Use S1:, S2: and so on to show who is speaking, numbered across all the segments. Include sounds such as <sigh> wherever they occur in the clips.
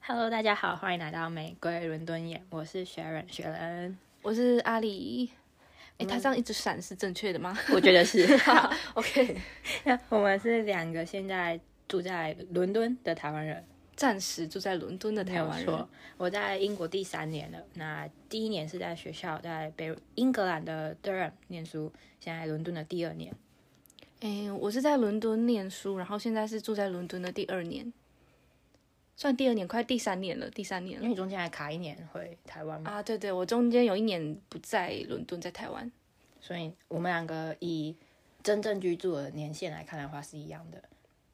S1: Hello，大家好，欢迎来到玫瑰伦敦眼，我是雪人雪人，
S2: 我是阿里。哎、他这样一直闪是正确的吗
S1: 我觉得
S2: <laughs>
S1: 是。好，
S2: ？OK，
S1: 那我们是两个现在住在伦敦的台湾人，
S2: 暂时住在伦敦的
S1: 没
S2: 台
S1: 有啊
S2: 湾人
S1: 错，。我在英国第三年了，那第一年是在学校在北英格兰的 Durham 念书，现在伦敦的第二年。
S2: 哎、我是在伦敦念书，然后现在是住在伦敦的第二年，算第二年，快第三年了，第三年
S1: 因为
S2: 了。
S1: 你中间还卡一年回台湾嘛，
S2: 啊，对对，我中间有一年不在伦敦，在台湾。
S1: 所以我们两个以真正居住的年限来看的话是一样的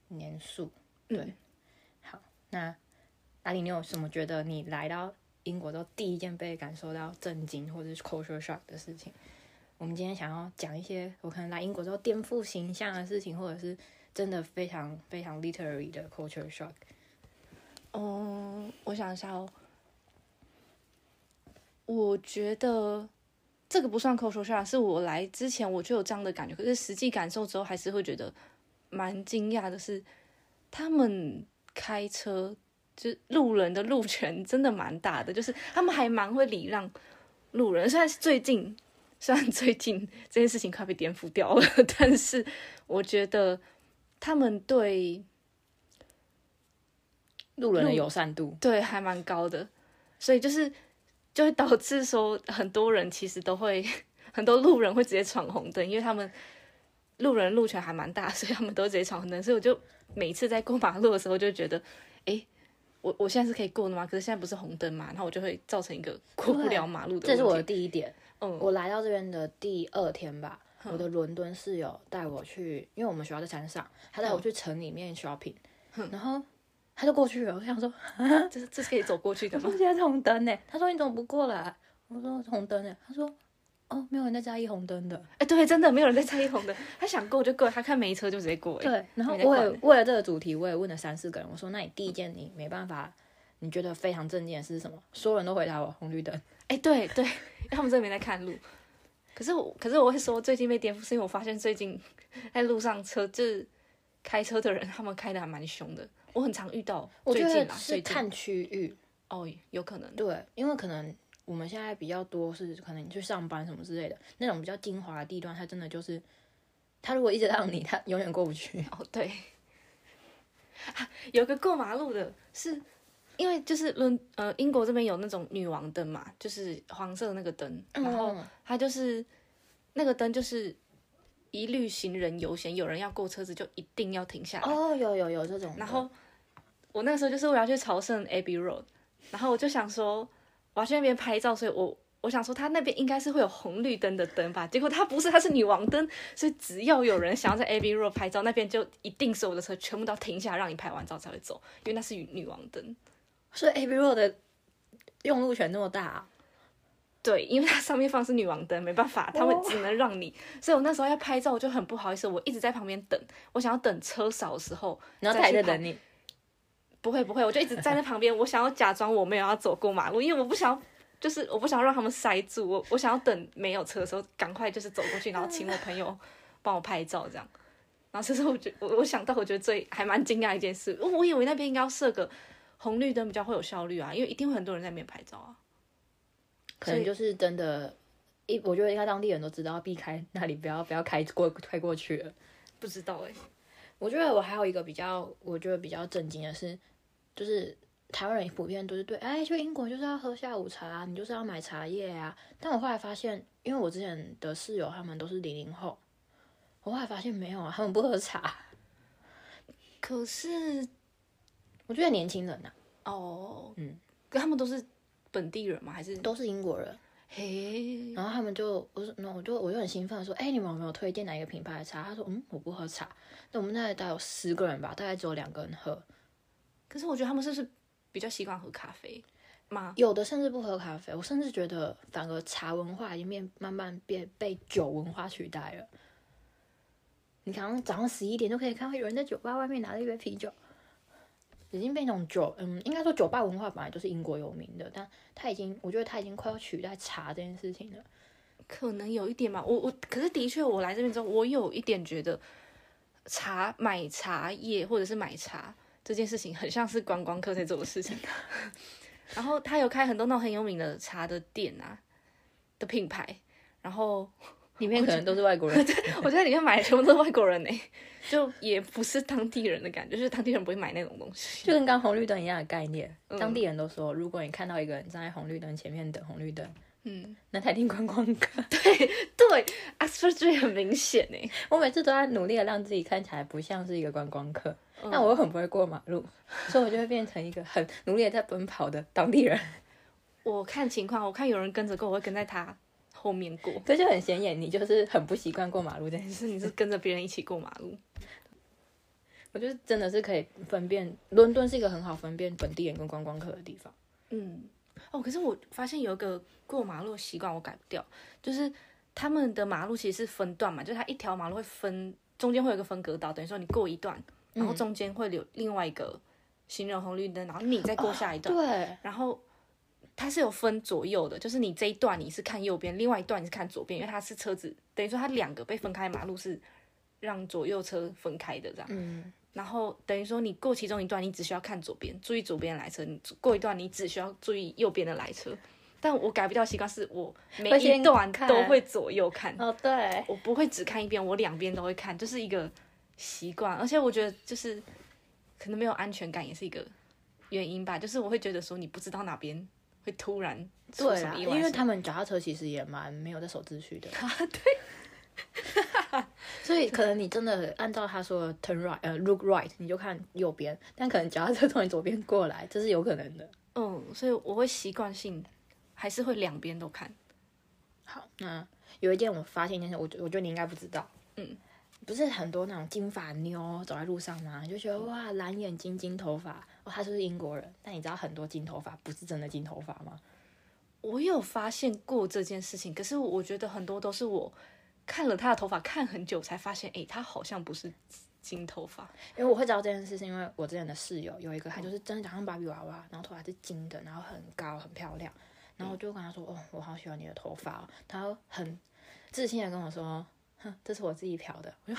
S1: 年数。
S2: 嗯
S1: 对，好，那阿里，你有什么觉得你来到英国之后第一件被感受到震惊或者是 culture shock 的事情？我们今天想要讲一些我可能来英国之后颠覆形象的事情，或者是真的非常非常 literary 的 culture shock。
S2: 哦，我想一下哦，我觉得这个不算口说下，是我来之前我就有这样的感觉，可是实际感受之后还是会觉得蛮惊讶的是，他们开车就是路人的路权真的蛮大的，就是他们还蛮会礼让路人，虽然是最近。虽然最近这件事情快被颠覆掉了， <laughs> 但是我觉得他们对
S1: 路人的
S2: 路
S1: 友善度，
S2: 对，还蛮高的，所以就是就会导致说很多人其实都会 <laughs> 很多路人会直接闯红灯，因为他们路人路权还蛮大， <laughs> 所以他们都直接闯红灯，所以我就每次在过马路的时候就觉得，诶，我我现在是可以过的吗？可是现在不是红灯嘛，然后我就会造成一个过不
S1: 对
S2: 了马路的
S1: 这是我
S2: 问
S1: <laughs> 的
S2: 题。
S1: 第一点。
S2: 嗯
S1: 我来到这边的第二天吧，我的伦敦室友带我去，因为我们学校在山上，他带我去城里面 shopping，、然后他就过去了。我想说，
S2: <laughs> 这是这是可以走过去的
S1: 我
S2: 吗？
S1: 现在是红灯呢，他说你怎么不过来？我说红灯呢，他说哦，没有人在在意红灯的。
S2: 哎、对，真的没有人在在意红灯，他想过就过，他看没车就直接过、诶
S1: 对，然后
S2: 没在
S1: 我也
S2: 管
S1: 为了这个主题，我也问了三四个人，我说那你第一件你没办法，你觉得非常正经的事是什么？所有人都回答我红绿灯。
S2: 哎、对对，因为他们真的没在看路。可是我，可是我会说最近被颠覆，是因为我发现最近在路上车就是开车的人，他们开的还蛮凶的。我很常遇到，
S1: 我觉
S2: 最近
S1: 得
S2: 啦，
S1: 是
S2: 最近
S1: 看区域，
S2: 哦，有可能。
S1: 对，因为可能我们现在比较多是可能你去上班什么之类的，那种比较精华的地段，它真的就是，它如果一直让你，它永远过不去。
S2: 哦，对，啊有个过马路的是，因为就是伦呃英国这边有那种女王灯嘛，就是黄色的那个灯，然后
S1: 嗯
S2: 它就是那个灯就是一律行人优先，有人要过车子就一定要停下来。
S1: 哦，有有有这种的，
S2: 然后我那个时候就是我要去朝圣 Abbey Road，然后我就想说我要去那边拍照，所以我我想说他那边应该是会有红绿灯的灯吧，结果他不是，他是女王灯，所以只要有人想要在 Abbey Road 拍照，那边就一定所有的车全部都要停下来，让你拍完照才会走，因为那是女王灯。
S1: 所以 A B Road 的用路权那么大啊、
S2: 对，因为它上面放的是女王灯，没办法，他们
S1: 哦
S2: 只能让你。所以我那时候要拍照，我就很不好意思，我一直在旁边等，我想要等车少的时候，
S1: 然后他还
S2: 再去
S1: 在
S2: 拍
S1: 等你，
S2: 不会不会，我就一直站在旁边，我想要假装我没有要走过马路，因为我不想要，就是我不想要让他们塞住，我我想要等没有车的时候赶快就是走过去，然后请我朋 <laughs> 友帮我拍照这样。然后这是我觉我我想到我觉得最还蛮惊讶的一件事，我我以为那边应该要设个红绿灯比较会有效率啊，因为一定会很多人在那边拍照啊。
S1: 可能就是真的，一我觉得应该当地人都知道要避开那里，不要不要开过开过去了。
S2: 不知道哎、
S1: 我觉得我还有一个比较，我觉得比较震惊的是，就是台湾人普遍都是对，哎，去英国就是要喝下午茶啊，你就是要买茶叶啊。但我后来发现，因为我之前的室友他们都是零零后，我后来发现没有啊，他们不喝茶。
S2: 可是
S1: 我觉得年轻人啊呐、
S2: 哦，
S1: 嗯，
S2: 可他们都是本地人吗？还是
S1: 都是英国人，
S2: 嘿？
S1: 然后他们就我说，那我就我就很兴奋地说，哎，你们有没有推荐哪一个品牌的茶？他说，嗯，我不喝茶。那我们那里大概有十个人吧，大概只有两个人喝，
S2: 可是我觉得他们是不是比较习惯喝咖啡吗？
S1: 有的甚至不喝咖啡，我甚至觉得反而茶文化已经变慢慢变被酒文化取代了。你刚刚早上十一点就可以看到有人在酒吧外面拿着一杯啤酒，已经被那种酒，嗯，应该说酒吧文化本来就是英国有名的，但它已经，我觉得它已经快要取代茶这件事情了。
S2: 可能有一点吧，我我可是的确，我来这边之后，我有一点觉得茶买茶叶或者是买茶这件事情很像是观光客在做的事情。 <laughs> 然后他有开很多那种很有名的茶的店啊的品牌，然后
S1: 里面可能都是外国 <laughs> 人，
S2: 我在里面买的全部都是外国人呢、欸就也不是当地人的感觉，就是当地人不会买那种东西。 <laughs>
S1: 就跟刚红绿灯一样的概念。当地人都说，如果你看到一个人站在红绿灯前面等红绿灯，
S2: 嗯，
S1: 那他一定观光客。
S2: 对，Oxford Street 很明显欸呢、
S1: 我每次都在努力的让自己看起来不像是一个观光客，但我又很不会过马路， <laughs> 所以我就会变成一个很努力的在奔跑的当地人， <laughs>
S2: 我看情况，我看有人跟着过，我会跟在他后面过。
S1: 这就很显眼，你就是很不习惯过马路这件
S2: 你
S1: 事。
S2: 是你是跟着别人一起过马路，
S1: 我就是真的是可以分辨，伦敦是一个很好分辨本地人跟观光客的地方。
S2: 嗯，哦，可是我发现有一个过马路的习惯我改不掉，就是他们的马路其实是分段嘛，就是它一条马路会分，中间会有一个分隔岛，等于说你过一段，然后中间会留另外一个行人红绿灯，然后你再过下一段，
S1: 对，
S2: 然后它是有分左右的，就是你这一段你是看右边，另外一段你是看左边，因为它是车子，等于说它两个被分开的马路是让左右车分开的这样。
S1: 嗯，
S2: 然后等于说你过其中一段，你只需要看左边，注意左边的来车；你过一段，你只需要注意右边的来车。但我改不掉习惯，是我每
S1: 会
S2: 一
S1: 先
S2: 段
S1: 看
S2: 都会左右看，
S1: 哦对，
S2: 我不会只看一边，我两边都会看，就是一个习惯。而且我觉得就是可能没有安全感也是一个原因吧，就是我会觉得说你不知道哪边会突然出
S1: 对
S2: 什
S1: 啊，
S2: 么意外
S1: 因为
S2: 什么，
S1: 他们脚踏车其实也蛮没有在守秩序的。啊，对。 <laughs> 所以可能你真的按照他说的 turn right，呃，look right，你就看右边，但可能脚踏车从你左边过来，这是有可能的。
S2: 嗯，所以我会习惯性还是会两边都看，
S1: 好，那有一件我发现一件事，我觉我觉得你应该不知道，
S2: 嗯，
S1: 不是很多那种金发妞走在路上吗？你就觉得哇，蓝眼睛、金头发，哦，他是不是英国人？但你知道很多金头发不是真的金头发吗？
S2: 我有发现过这件事情，可是我觉得很多都是我看了他的头发看很久才发现，诶，他好像不是金头发。
S1: 因为我会知道这件事，是因为我之前的室友有一个，她就是真的长像芭比娃娃，然后头发是金的，然后很高很漂亮，然后我就跟她说：“哦，我好喜欢你的头发、哦。”她很自信的跟我说：“哼，这是我自己漂的。”我就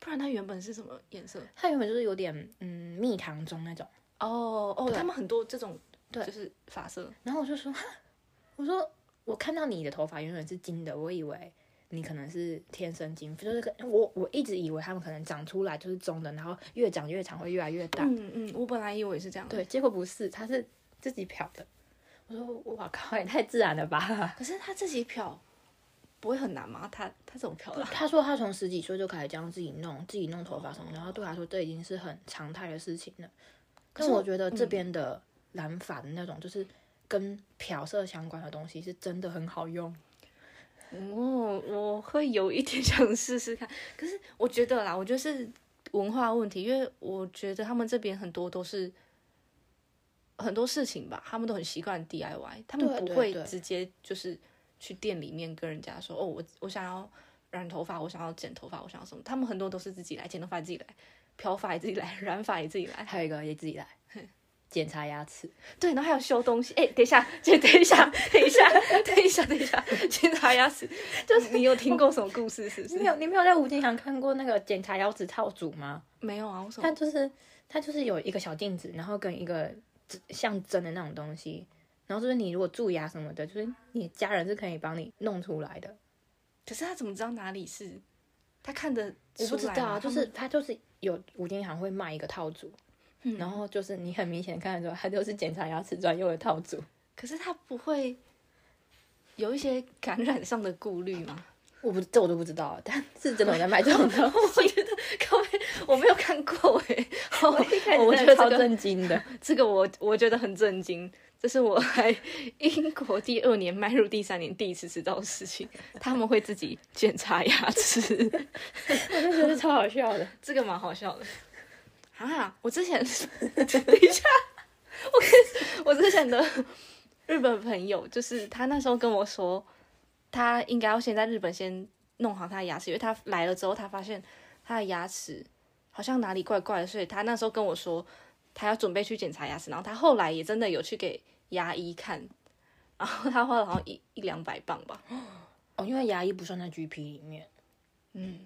S2: 不然他原本是什么颜色？
S1: 她原本就是有点嗯蜜糖棕那种，
S2: 哦哦，
S1: 对
S2: 他们很多这种
S1: 对
S2: 就是发色。
S1: 然后我就说：“哈，我说我看到你的头发原本是金的，我以为。”你可能是天生金，就是可我我一直以为他们可能长出来就是棕的，然后越长越长会越来越大，
S2: 嗯嗯，我本来以为是这样。，
S1: 对，结果不是，他是自己漂的。我说哇靠，也太自然了
S2: <laughs>
S1: 吧！
S2: 可是他自己漂不会很难吗？他他怎么漂的啊？
S1: 他说他从十几岁就开始这样自己弄、自己弄头发什么，然后对他说这已经是很常态的事情了。
S2: 可
S1: 但
S2: 是
S1: 我
S2: 我嗯
S1: 觉得这边的染发的那种，就是跟漂色相关的东西，是真的很好用。
S2: 哦，我会有一点想试试看， <laughs> 可是我觉得啦，我觉得是文化问题，因为我觉得他们这边很多都是很多事情吧，他们都很习惯 DIY，他们
S1: 对
S2: 不
S1: 对
S2: 会
S1: 对
S2: 直接就是去店里面跟人家说，哦，我我想要染头发，我想要剪头发，我想要什么，他们很多都是自己来剪头发，自己来漂发也自己来，染发也自己来，
S1: 还有一个也自己来 <laughs> 检查牙齿，
S2: 对，然后还有修东西。哎、等一下，姐，等一下，等一下，等一下，等一下，检查牙齿，就是你有听过什么故事？是不
S1: 你
S2: 是
S1: 没？有你没有在五金行看过那个检查牙齿套组吗？
S2: <laughs> 没有啊，我什么
S1: 它就是它就是有一个小镜子，然后跟一个纸像针的那种东西，然后就是你如果蛀牙什么的，就是你家人是可以帮你弄出来的。
S2: 可是他怎么知道哪里是？他看的
S1: 我不知道啊，就是是它就是有五金行会卖一个套组，然后就是你很明显看得出来，它就是检查牙齿专用的套组。
S2: 可是他不会有一些感染上的顾虑 <laughs> 吗？
S1: 我不这我都不知道，啊但是真的有在卖这种的，
S2: 我觉得各位我没有看过哎、我
S1: <laughs> 我
S2: 我
S1: 觉得
S2: 觉得
S1: 超
S2: 这个
S1: 震惊的。
S2: 这个我我觉得很震惊，这是我来英国第二年迈入第三年第一次知道的事情。他们会自己检查牙齿。
S1: 我就觉得超好笑的。
S2: 这个蛮好笑的。 <laughs> 啊，我之 <laughs> 前等一下，我跟我之前的日本朋友，就是他那时候跟我说，他应该要先在日本先弄好他的牙齿，因为他来了之后，他发现他的牙齿好像哪里怪怪的，所以他那时候跟我说，他要准备去检查牙齿，然后他后来也真的有去给牙医看，然后他花了好像一一两百磅吧，
S1: 哦，因为牙医不算在 GP 里面，
S2: 嗯，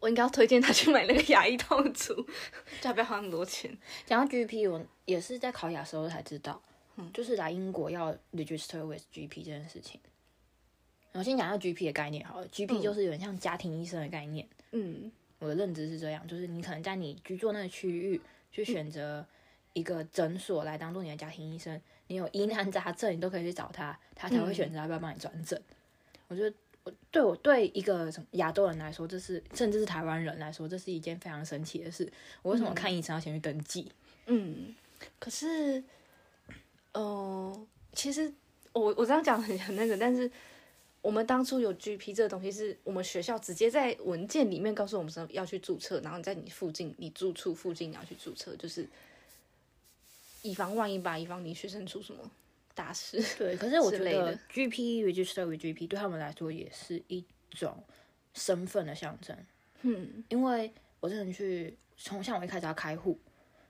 S2: 我应该要推荐他去买那个牙医套组， <laughs> 就不要花那么多钱。
S1: 讲到 GP，我也是在考雅思的时候才知道，就是来英国要 register with GP 这件事情。我先讲一下 GP 的概念好了，GP 就是有点像家庭医生的概念。
S2: 嗯
S1: 我的认知是这样，就是你可能在你居住那个区域
S2: 嗯
S1: 去选择一个诊所来当做你的家庭医生，你有疑难杂症，你都可以去找他，他才会
S2: 嗯
S1: 选择要不要帮你转诊。我觉得。我对我对一个什么亚洲人来说，这是甚至是台湾人来说，这是一件非常神奇的事。我为什么看医生要先去登记？
S2: 嗯，可是，呃，其实我我这样讲很很那个，但是我们当初有 GP 这个东西，是我们学校直接在文件里面告诉我们说要去注册，然后你在你附近你住处附近你要去注册，就是以防万一吧，以防你学生出什么大事。 <laughs>
S1: 对，可是我
S2: 之
S1: 觉
S2: 类
S1: 得
S2: 的
S1: GP register with GP 对他们来说也是一种身份的象征。
S2: 嗯
S1: 因为我之前去从像我一开始要开户，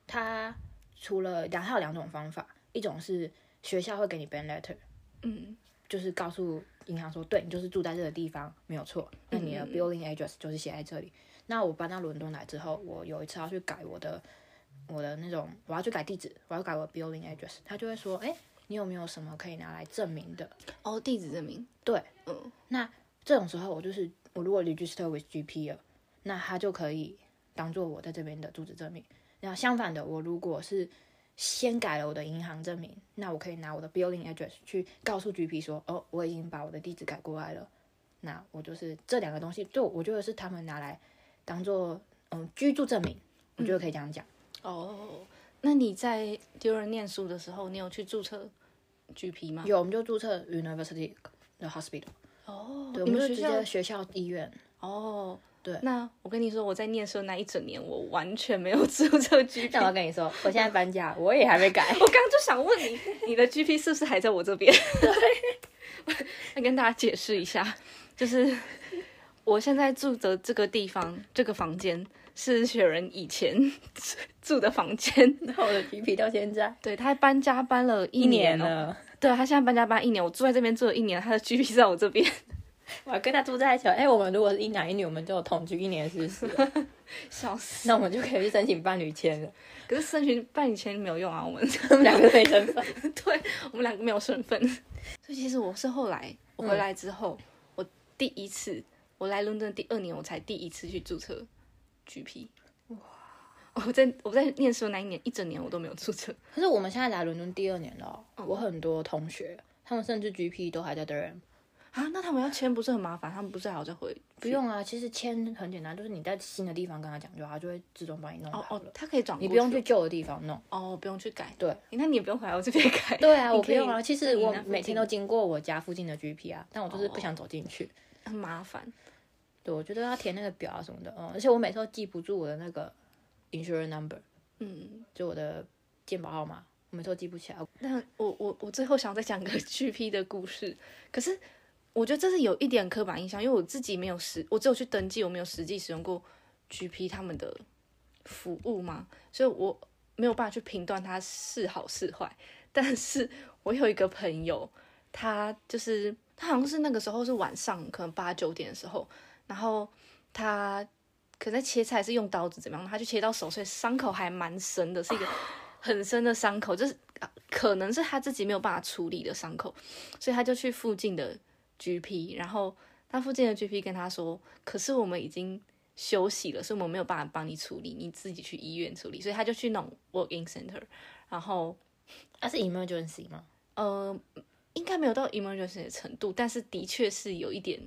S1: 它除了两它有两种方法，一种是学校会给你 ban letter，
S2: 嗯
S1: 就是告诉银行说，对你就是住在这个地方没有错，那你的
S2: 嗯
S1: building address 就是写在这里。那我搬到伦敦来之后，我有一次要去改我的我的那种，我要去改地址，我要改我的 building address，他就会说，哎，你有没有什么可以拿来证明的？
S2: 哦，地址证明。
S1: 对，
S2: 嗯
S1: 那这种时候，我就是我如果 register with GP 了，那他就可以当做我在这边的住址证明。然后相反的，我如果是先改了我的银行证明，那我可以拿我的 building address 去告诉 GP 说，哦，我已经把我的地址改过来了。那我就是这两个东西，对我觉得是他们拿来当做嗯居住证明，我觉得可以这样讲。
S2: 哦，那你在丢人念书的时候，你有去注册 GP 吗？
S1: 有，我们就注册 university 的 hospital，
S2: 哦，
S1: 对，我
S2: 你
S1: 们就
S2: 们
S1: 直接
S2: 学校
S1: 学校医
S2: <laughs>
S1: 院。
S2: 哦，
S1: 对
S2: 那我跟你说，我在念书的那一整年，我完全没有注册 GP
S1: 但。我要跟你说，我现在搬家，我也还没改。
S2: <laughs> 我刚刚就想问你，你的 GP 是不是还在我这 <laughs> 边？对，那跟大家解释一下，就是我现在住的这个地方，这个房间是雪人以前住的房间。
S1: 然后我的 GP 到现在
S2: <laughs> 对，他还搬家搬了一
S1: 一年
S2: 哦。
S1: 了，
S2: 对，他现在搬家搬一年，我住在这边住了一年，他的 GP 在我这边。
S1: 我还跟他住在一起了。哎、我们如果是一男一女，我们就有同居一年是不 <laughs> 是？
S2: <laughs> 笑死！
S1: 那我们就可以去申请伴侣签了。 <laughs>
S2: 可是申请办以前没有用啊，我们
S1: 他们两个没身份。
S2: 对我们两个没有身份， <laughs> 所以其实我是后来我回来之后，我第一次我来伦敦第二年，我才第一次去注册 GP。哇！我在我在念书的那一年一整年我都没有注册。
S1: 可是我们现在来伦敦第二年了哦、我很多同学，他们甚至 GP 都还在 Durham。
S2: 啊，那他们要签不是很麻烦？他们不是还要再回？
S1: 不用啊，其实签很简单，就是你在新的地方跟他讲就好，他就会自动帮你弄
S2: 哦
S1: 好
S2: 哦
S1: 了，，
S2: 他可以转过，
S1: 你不用去旧的地方弄。
S2: 哦，不用去改。
S1: 对，
S2: 那你也不用回来我这边改。
S1: 对啊，
S2: 你
S1: 我
S2: 可
S1: 不
S2: 以
S1: 用啊。其
S2: 在
S1: 实
S2: 你
S1: 我
S2: 那附
S1: 每天
S2: 近
S1: 都经过我家附近的 GP 啊，但我就是不想走进去。
S2: 很麻烦。
S1: 对，我觉得要填那个表啊什么的，嗯，而且我每次都记不住我的那个 insurance number，
S2: 嗯，
S1: 就我的健保号码，我每次都记不起来。
S2: 那我我我最后想再讲个 <laughs> GP 的故事，可是我觉得这是有一点刻板印象，因为我自己没有实，我只有去登记，我没有实际使用过 GP 他们的服务嘛，所以我没有办法去评断它是好是坏。但是我有一个朋友，他就是他好像是那个时候是晚上，可能八九点的时候，然后他可能在切菜是用刀子怎么样，他就切到手，所以伤口还蛮深的，是一个很深的伤口，就是啊可能是他自己没有办法处理的伤口，所以他就去附近的 GP，然后他附近的 GP 跟他说，可是我们已经。休息了，所以我们没有办法帮你处理，你自己去医院处理。所以他就去那种 working center，然后
S1: 啊，是 emergency 吗？
S2: 呃，应该没有到 emergency 的程度，但是的确是有一点，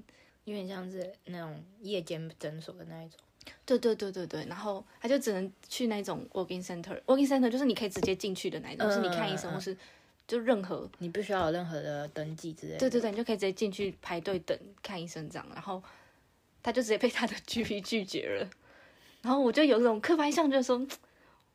S1: 有点像是那种夜间诊所的那一种。
S2: 对对对对对。然后他就只能去那种 working center，working center 就是你可以直接进去的那一种，就是你看医
S1: 嗯嗯
S2: 生
S1: 嗯
S2: 或是就任何
S1: 你不需要有任何的登记之类的。
S2: 对对对，你就可以直接进去排队等看医生这样。然后他就直接被他的 <laughs> GP 拒绝了。然后我就有一种刻板印象，就是说，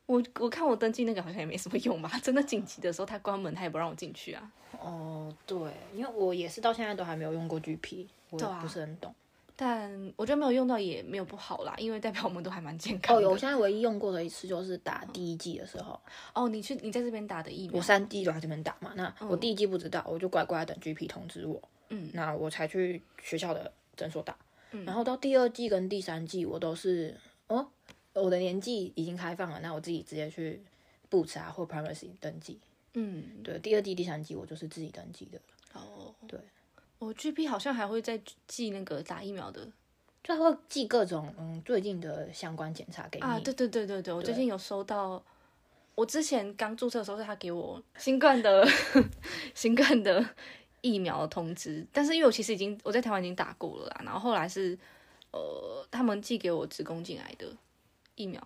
S2: 我我看我登记那个好像也没什么用吧。 <laughs> 真的紧急的时候，他关门他也不让我进去啊。
S1: 哦，对，因为我也是到现在都还没有用过 GP，我也
S2: 对啊
S1: 不是很懂。
S2: 但我觉得没有用到也没有不好啦，因为代表我们都还蛮健康
S1: 哦，
S2: 啊的。
S1: 有，我现在唯一用过的一次就是打第一季的时候，
S2: 哦，你去你在这边打的疫苗
S1: 我，三季都在这边打嘛，那我第一季不知道，我就乖乖地等 GP 通知我，
S2: 嗯嗯，
S1: 那我才去学校的诊所打。然后到第二季跟第三季，我都是哦，我的年纪已经开放了，那我自己直接去 Boots 啊或 Privacy 登记。
S2: 嗯，
S1: 对，第二季、第三季我就是自己登记的，
S2: 哦，
S1: 对，
S2: 我 GP 好像还会再寄那个打疫苗的
S1: 就他会寄各种嗯最近的相关检查给你。
S2: 啊，对对对对对，我最近有收到，我之前刚注册的时候是他给我新冠的 <laughs> 新冠的疫苗通知，但是因为我其实已经我在台湾已经打过了啦，然后后来是呃他们寄给我子宫颈癌的疫苗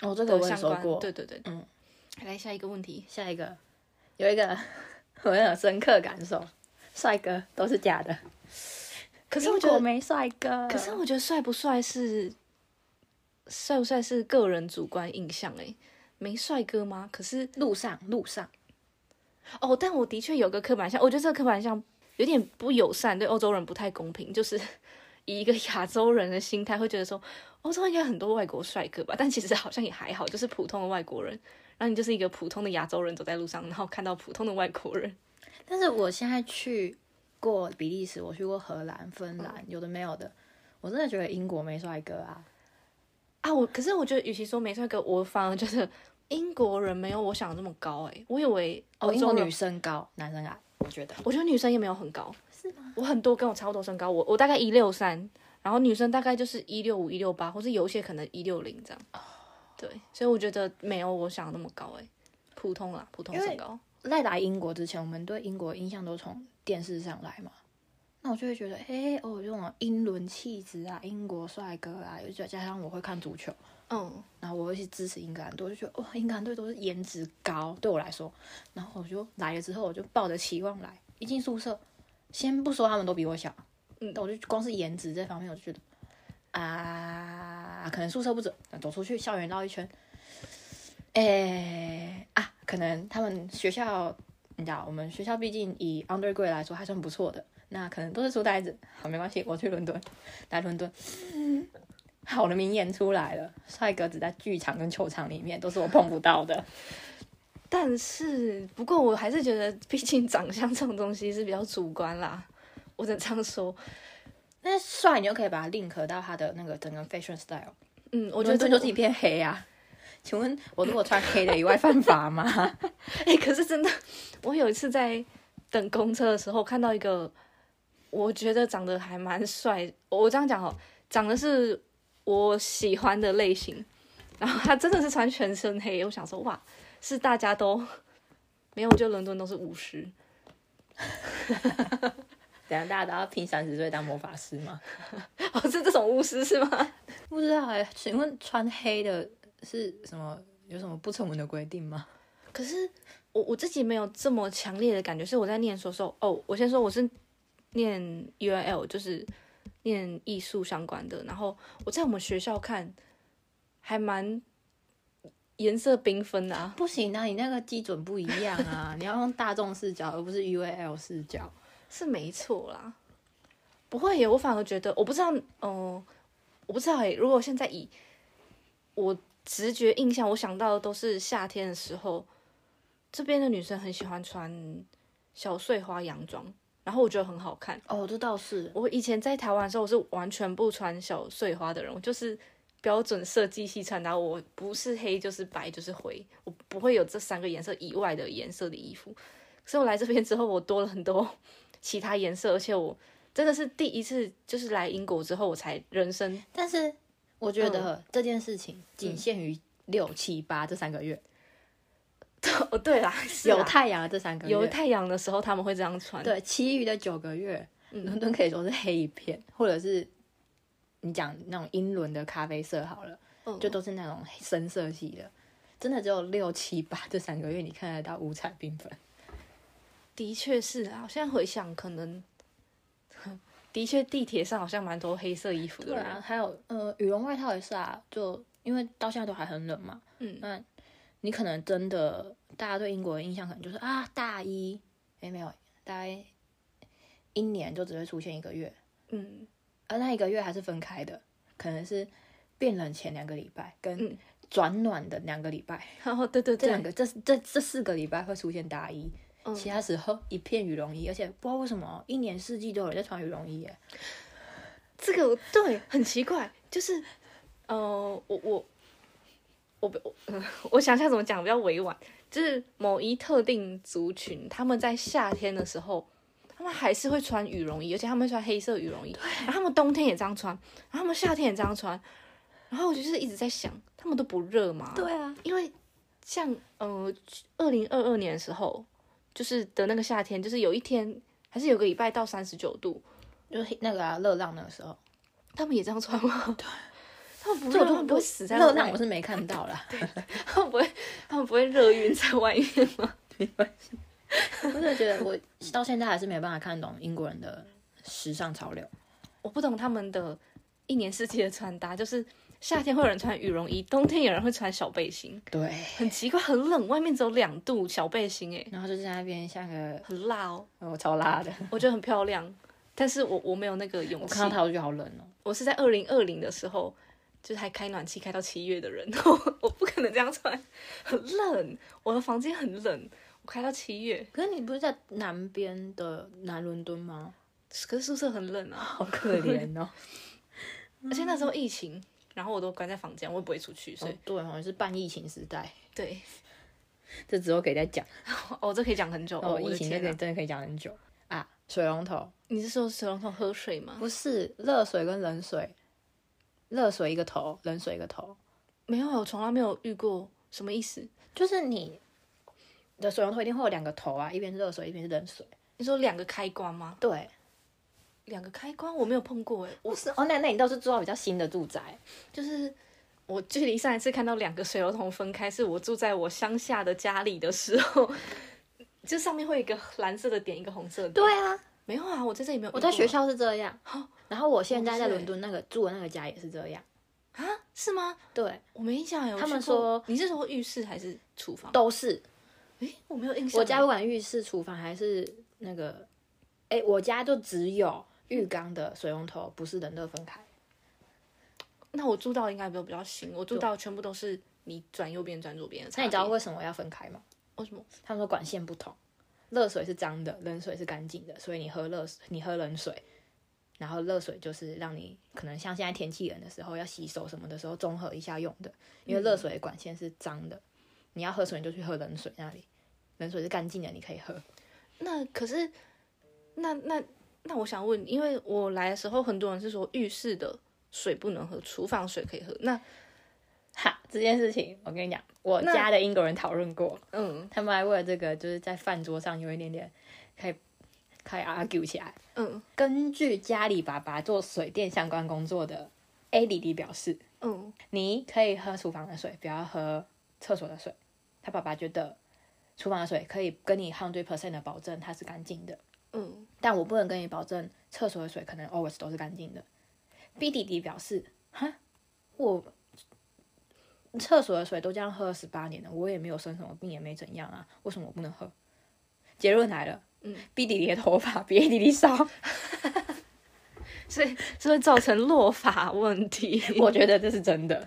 S1: 哦，这个
S2: 的
S1: 我也
S2: 相
S1: 收
S2: 关，
S1: 过。
S2: 对对对，
S1: 嗯。
S2: 来下一个问题，
S1: 下一个有一个 <laughs> 我很有深刻感受，帅哥都是假的。
S2: 可
S1: 可
S2: 是我觉得
S1: 没帅哥，
S2: 可是我觉得帅不帅是帅不帅是个人主观印象诶、没帅哥吗？可是
S1: 路上路上
S2: 哦，但我的确有个刻板印象，我觉得这个刻板印象有点不友善，对欧洲人不太公平，就是 <laughs> 以一个亚洲人的心态会觉得说，欧洲应该很多外国帅哥吧，但其实好像也还好，就是普通的外国人。然后你就是一个普通的亚洲人走在路上，然后看到普通的外国人，
S1: 但是我现在去过比利时，我去过荷兰、芬兰，有的没有的，我真的觉得英国没帅哥啊。
S2: 啊，我可是我觉得，与其说没帅哥，我反而觉得英国人没有我想的那么高诶、我以为欧
S1: 欧
S2: 洲
S1: 洲
S2: 人
S1: 哦女生高，男生矮，我觉得。
S2: 我觉得女生也没有很高，是吗？我很多跟我差不多身高，我我大概一六三，然后女生大概就是一六五、一六八，或是有一些可能一六零这样。对，所以我觉得没有我想的那么高哎、普通啦，普通身高。
S1: 在来英国之前，我们对英国印象都从电视上来嘛，那我就会觉得，哎、哦，这种英伦气质啊，英国帅哥啊，又加加上我会看足球，
S2: 嗯，
S1: 然后我会去支持英格兰队，我就觉得哇，英格兰队都是颜值高，对我来说。然后我就来了之后，我就抱着期望来，一进宿舍，先不说他们都比我小，嗯，我就光是颜值这方面，我就觉得啊，可能宿舍不准，走出去校园绕一圈，哎啊，可能他们学校，你知道，我们学校毕竟以 undergrad 来说还算不错的，那可能都是书呆子，好，没关系，我去伦敦，来伦敦。好的名言出来了，帅哥只在剧场跟球场里面都是我碰不到的。
S2: 但是不过我还是觉得，毕竟长相这种东西是比较主观啦，我只能这样说。
S1: <laughs> 那帅你就可以把它 link 到他的那个整个 fashion style。
S2: 嗯，我
S1: 我
S2: 觉
S1: 觉得
S2: 得这
S1: 这
S2: 个
S1: 就是一片黑啊。请问我如果穿黑的以外犯法 <laughs> 吗？
S2: <laughs> 哎、可是真的，我有一次在等公车的时候看到一个，我觉得长得还蛮帅。我这样讲哦，长得是我喜欢的类型，然后他真的是穿全身黑，我想说哇，是大家都 <laughs> 没有，就伦敦都是巫师。 <laughs>
S1: 怎样大家都要拼三十岁当魔法师吗？
S2: 哦，是这种巫师是吗？
S1: 不知道哎、请问穿黑的是什么？有什么不成文的规定吗？
S2: 可是我我自己没有这么强烈的感觉，是我在念书的时候，哦，我先说我是念 U N L，就是念艺术相关的，然后我在我们学校看还蛮颜色缤纷的啊，
S1: 不行啊，你那个基准不一样啊，你要用大众视角，而不是 U A L 视角。
S2: 是没错啦。不会耶，我反而觉得我不知道，嗯、我不知道诶。如果现在以我直觉印象，我想到的都是夏天的时候，这边的女生很喜欢穿小碎花洋装，然后我觉得很好看。
S1: 哦，这倒是。
S2: 我以前在台湾的时候，我是完全不穿小碎花的人，我就是标准设计系穿搭，我不是黑就是白就是灰，我不会有这三个颜色以外的颜色的衣服。可是我来这边之后，我多了很多其他颜色，而且我真的是第一次，就是来英国之后，我才人生
S1: 但是我觉
S2: 嗯
S1: 得这件事情仅限于六七八这三个月，
S2: 哦，对啦，嗯是啦
S1: 有太阳的这三个月，
S2: 有太阳的时候，他们会这样穿。
S1: 对，其余的九个月，
S2: 嗯
S1: 伦敦可以说是黑一片，或者是你讲那种英伦的咖啡色好了，
S2: 嗯
S1: 就都是那种深色系的，真的只有六七八这三个月你看得到五彩缤纷。
S2: 的确是啊，我现在回想，可能 <laughs> 的确地铁上好像蛮多黑色衣服的
S1: 对
S2: 人。
S1: 啊，还有呃，羽绒外套也是啊，就因为到现在都还很冷嘛，
S2: 嗯，
S1: 那你可能真的大家对英国的印象可能就是啊，大一，诶，没有，大概一年就只会出现一个月，
S2: 嗯，
S1: 而那一个月还是分开的，可能是变冷前两个礼拜跟
S2: 嗯
S1: 转暖的两个礼拜，
S2: <laughs> 然嗯哦后对对
S1: 这
S2: 对，
S1: 两个这这这四个礼拜会出现大衣，
S2: 嗯
S1: 其他时候一片羽绒衣，而且不知道为什么一年四季都有人在穿羽绒衣耶，
S2: 这个对很奇怪，就是呃，我我我不我、呃我想一下怎么讲比较委婉，就是某一特定族群，他们在夏天的时候。他们还是会穿羽绒衣，而且他们会穿黑色羽绒衣，然后他们冬天也这样穿，然后他们夏天也这样穿，然后我就是一直在想，他们都不热吗？
S1: 对啊，
S2: 因为像呃，二零二二年的时候，就是的那个夏天，就是有一天还是有个礼拜到三十九度，
S1: 就是那个啊，热浪那个时候，
S2: 他们也这样穿吗？对，他们不
S1: 这
S2: 热，
S1: 我
S2: 他
S1: 都
S2: 们不会死在
S1: 热
S2: 外
S1: 浪
S2: 面
S1: 我是没看到 <laughs> 啦，
S2: 他们不会， <laughs> 他们不会热晕在外面吗？
S1: 我真的觉得我到现在还是没办法看懂英国人的时尚潮流。
S2: <laughs> 我不懂他们的一年四季的穿搭，就是夏天会有人穿羽绒衣，冬天有人会穿小背心，
S1: <laughs> 对，
S2: 很奇怪，很冷，外面只有两度，小背心哎、
S1: 然后就在那边像个
S2: 很辣哦，
S1: 我超拉 <laughs> 的，
S2: 我觉得很漂亮，但是我我没有那个
S1: 我
S2: 勇气
S1: 看到。他我就觉得好冷哦。
S2: 我是在二零二零的时候，就是还开暖气开到七月的人， <laughs> 我我不可能这样穿，很冷，我的房间很冷，我开到七月，
S1: 可是你不是在南边的南伦敦吗？
S2: 可是宿舍很冷啊，
S1: 好可怜哦。
S2: 而且那时候疫情，然后我都关在房间，我也不会出去，所
S1: <laughs>
S2: 以、
S1: 哦对，好像是半疫情时代，
S2: 对，
S1: <laughs>
S2: <laughs>
S1: 这之后可以再讲。
S2: 哦，这可以讲很久，哦，
S1: 哦，
S2: 我
S1: 疫
S2: 的
S1: 情这
S2: 天
S1: 个
S2: 啊！
S1: 真的可以讲很久啊。水龙头
S2: 你是说水龙头喝水吗？
S1: 不是热水跟冷水，热水一个头，冷水一个头，
S2: 没有，啊我从来没有遇过，什么意思？
S1: 就是你的水龙头一定会有两个头啊，一边是热水，一边是冷水。
S2: 你说两个开关吗？
S1: 对，
S2: 两个开关我没有碰过哎，
S1: 不是哦，那那你倒是住到比较新的住宅，
S2: 就是我距离上一次看到两个水龙头分开，是我住在我乡下的家里的时候， <laughs> 就上面会有一个蓝色的点，一个红色的点。
S1: 对啊，
S2: 没有啊，我在这里没有遇过
S1: 我
S2: 啊。
S1: 在学校是这样，然后我现在在
S2: 哇塞
S1: 伦敦那个住的那个家也是这样，
S2: 啊，是吗？
S1: 对，
S2: 我没印象哎。我
S1: 他们
S2: 去过
S1: 说
S2: 你是说浴室还是厨房？
S1: 都是
S2: 诶，我没有印象。欸
S1: 我家不管浴室、厨房还是那个，哎、我家就只有浴缸的水龙头不是冷热分开，
S2: 那我住到应该没有比较新，我住到全部都是你转右边转左边的差
S1: 那
S2: 别。
S1: 你知道为什么要分开吗？
S2: 为什么？
S1: 他们说管线不同，热水是脏的，冷水是干净的，所以你喝热水，你喝冷水，然后热水就是让你可能像现在天气冷的时候要洗手什么的时候综合一下用的，因为热水的管线是脏的，你要喝水你就去喝冷水那里，冷水是干净的，你可以喝。
S2: 那可是，那那那我想问，因为我来的时候很多人是说浴室的水不能喝，厨房水可以喝。那
S1: 哈，这件事情我跟你讲，我
S2: 那
S1: 家的英国人讨论过，
S2: 嗯
S1: 他们还为了这个就是在饭桌上有一点点开开 argue 起来。
S2: 嗯
S1: 根据家里爸爸做水电相关工作的 A 弟弟表示，
S2: 嗯，
S1: 你可以喝厨房的水，不要喝厕所的水。他爸爸觉得厨房的水可以跟你 hundred percent 的保证它是干净的，
S2: 嗯，
S1: 但我不能跟你保证厕所的水可能 always 都是干净的。B 弟弟表示，哈，我厕所的水都这样喝了十八年了，我也没有生什么病，也没怎样啊，为什么我不能喝？结论来了，
S2: 嗯
S1: ，B 弟弟的头发比 A 弟弟少，
S2: 所以这会造成落发问题。 <laughs>
S1: 我觉得这是真的。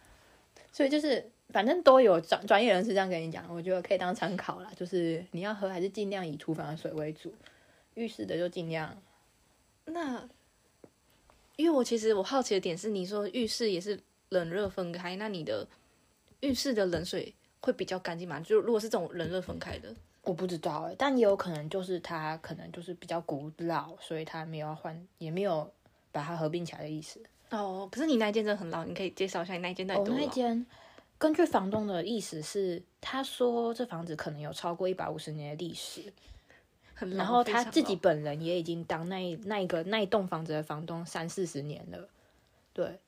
S1: <laughs> 所以就是，反正都有专专业人士这样跟你讲，我觉得可以当参考啦。就是你要喝，还是尽量以厨房的水为主，浴室的就尽量
S2: 那因为我其实我好奇的点是，你说浴室也是冷热分开，那你的浴室的冷水会比较干净吗？就如果是这种冷热分开的，
S1: 我不知道哎，但也有可能就是它可能就是比较古老，所以它没有要换，也没有把它合并起来的意思。
S2: 哦，可是你那一间真的很老，你可以介绍一下你那一间到底
S1: 哦，
S2: 多
S1: 那
S2: 老？
S1: 间根据房东的意思是，他说这房子可能有超过一百五十年的历史，
S2: 很老，
S1: 然后
S2: 哦非
S1: 他
S2: 常
S1: 自己
S2: 老
S1: 本人也已经当那一那一个那一栋房子的房东三四十年了，对，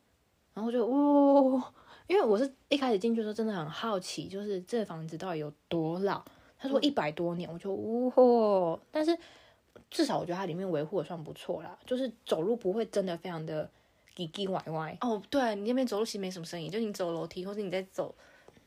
S1: 然后就呜、哦，因为我是一开始进去的时候真的很好奇，就是这个房子到底有多老？他
S2: 嗯
S1: 说一百多年，我就呜、哦，但是至少我觉得它里面维护的算不错啦，就是走路不会真的非常的叽叽歪歪，
S2: 哦，对你那边走路其实没什么声音，就你走楼梯或者你在走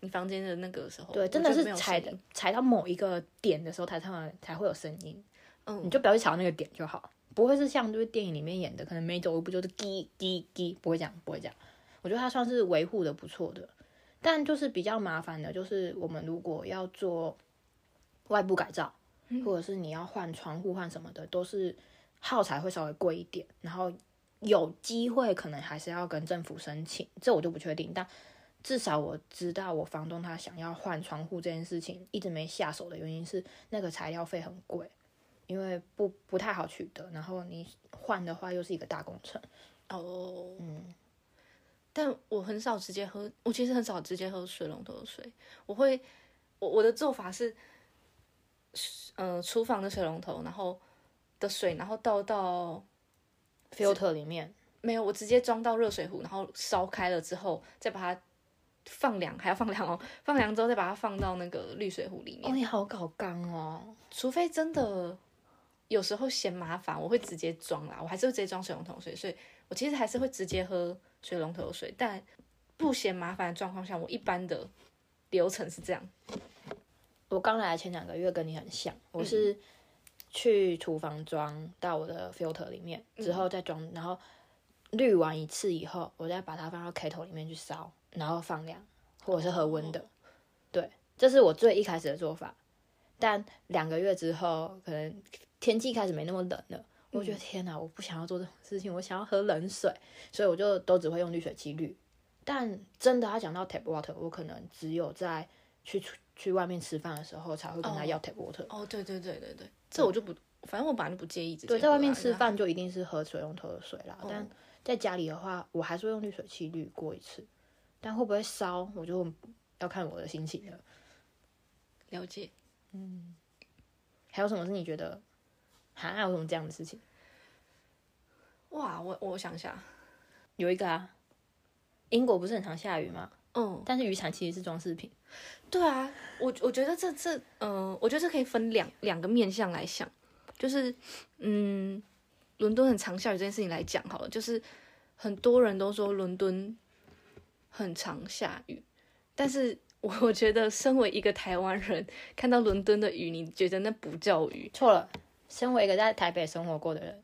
S2: 你房间的那个时候，
S1: 对，
S2: 我
S1: 真的
S2: 觉得
S1: 是
S2: 没有
S1: 踩
S2: 声
S1: 的
S2: 音
S1: 踩到某一个点的时候才才会才会有声音，你
S2: 嗯，
S1: 就不要去踩到那个点就好，不会是像就是电影里面演的，可能每走一步就是滴滴滴，不会这样，不会这样。我觉得它算是维护的不错的，但就是比较麻烦的，就是我们如果要做外部改造，
S2: 嗯
S1: 或者是你要换窗户换什么的，都是耗材会稍微贵一点，然后有机会可能还是要跟政府申请，这我就不确定。但至少我知道我房东他想要换窗户这件事情一直没下手的原因是那个材料费很贵，因为不不太好取得，然后你换的话又是一个大工程。
S2: 哦，嗯，但我很少直接喝，我其实很少直接喝水龙头的水，我会，我我的做法是，嗯、呃，厨房的水龙头，然后的水，然后倒到
S1: filter 里面，
S2: 没有，我直接装到热水壶，然后烧开了之后，再把它放凉，还要放凉哦，放凉之后再把它放到那个滤水壶里面，
S1: 哦，你好搞刚哦，
S2: 除非真的有时候嫌麻烦，我会直接装啦，我还是会直接装水龙头水，所以我其实还是会直接喝水龙头水，但不嫌麻烦的状况下，我一般的流程是这样，
S1: 我刚来的前两个月跟你很像，我是去厨房装到我的 filter 里面，之后再装，然后滤完一次以后，我再把它放到 kettle 里面去烧，然后放凉，或者是喝温的。对，这是我最一开始的做法。但两个月之后，可能天气开始没那么冷了，我觉得天哪，我不想要做这种事情，我想要喝冷水，所以我就都只会用滤水器滤。但真的要讲到 tap water，我可能只有在去出去外面吃饭的时候才会跟他要 tap water。
S2: 哦，对对对对对，这我就不，反正我本来就不介意直接
S1: 对，在外面
S2: 喝啦
S1: 吃，饭就一定是喝水龙头的水啦，但在家里的话，我还是会用滤水器滤过一次，但会不会烧，我就要看我的心情了。
S2: 那了解。
S1: 还有什么是你觉得，哈，有什么这样的事情？
S2: 哇，我我想一下，
S1: 有一个啊，英国不是很常下雨吗？
S2: 嗯，
S1: 但是雨伞其实是装饰品。
S2: 对啊，我我觉得这这，嗯、我觉得这可以分两两个面向来想，就是，嗯，伦敦很常下雨这件事情来讲好了，就是很多人都说伦敦很常下雨，但是我我觉得身为一个台湾人，看到伦敦的雨，你觉得那不叫雨？
S1: 错了，身为一个在台北生活过的人，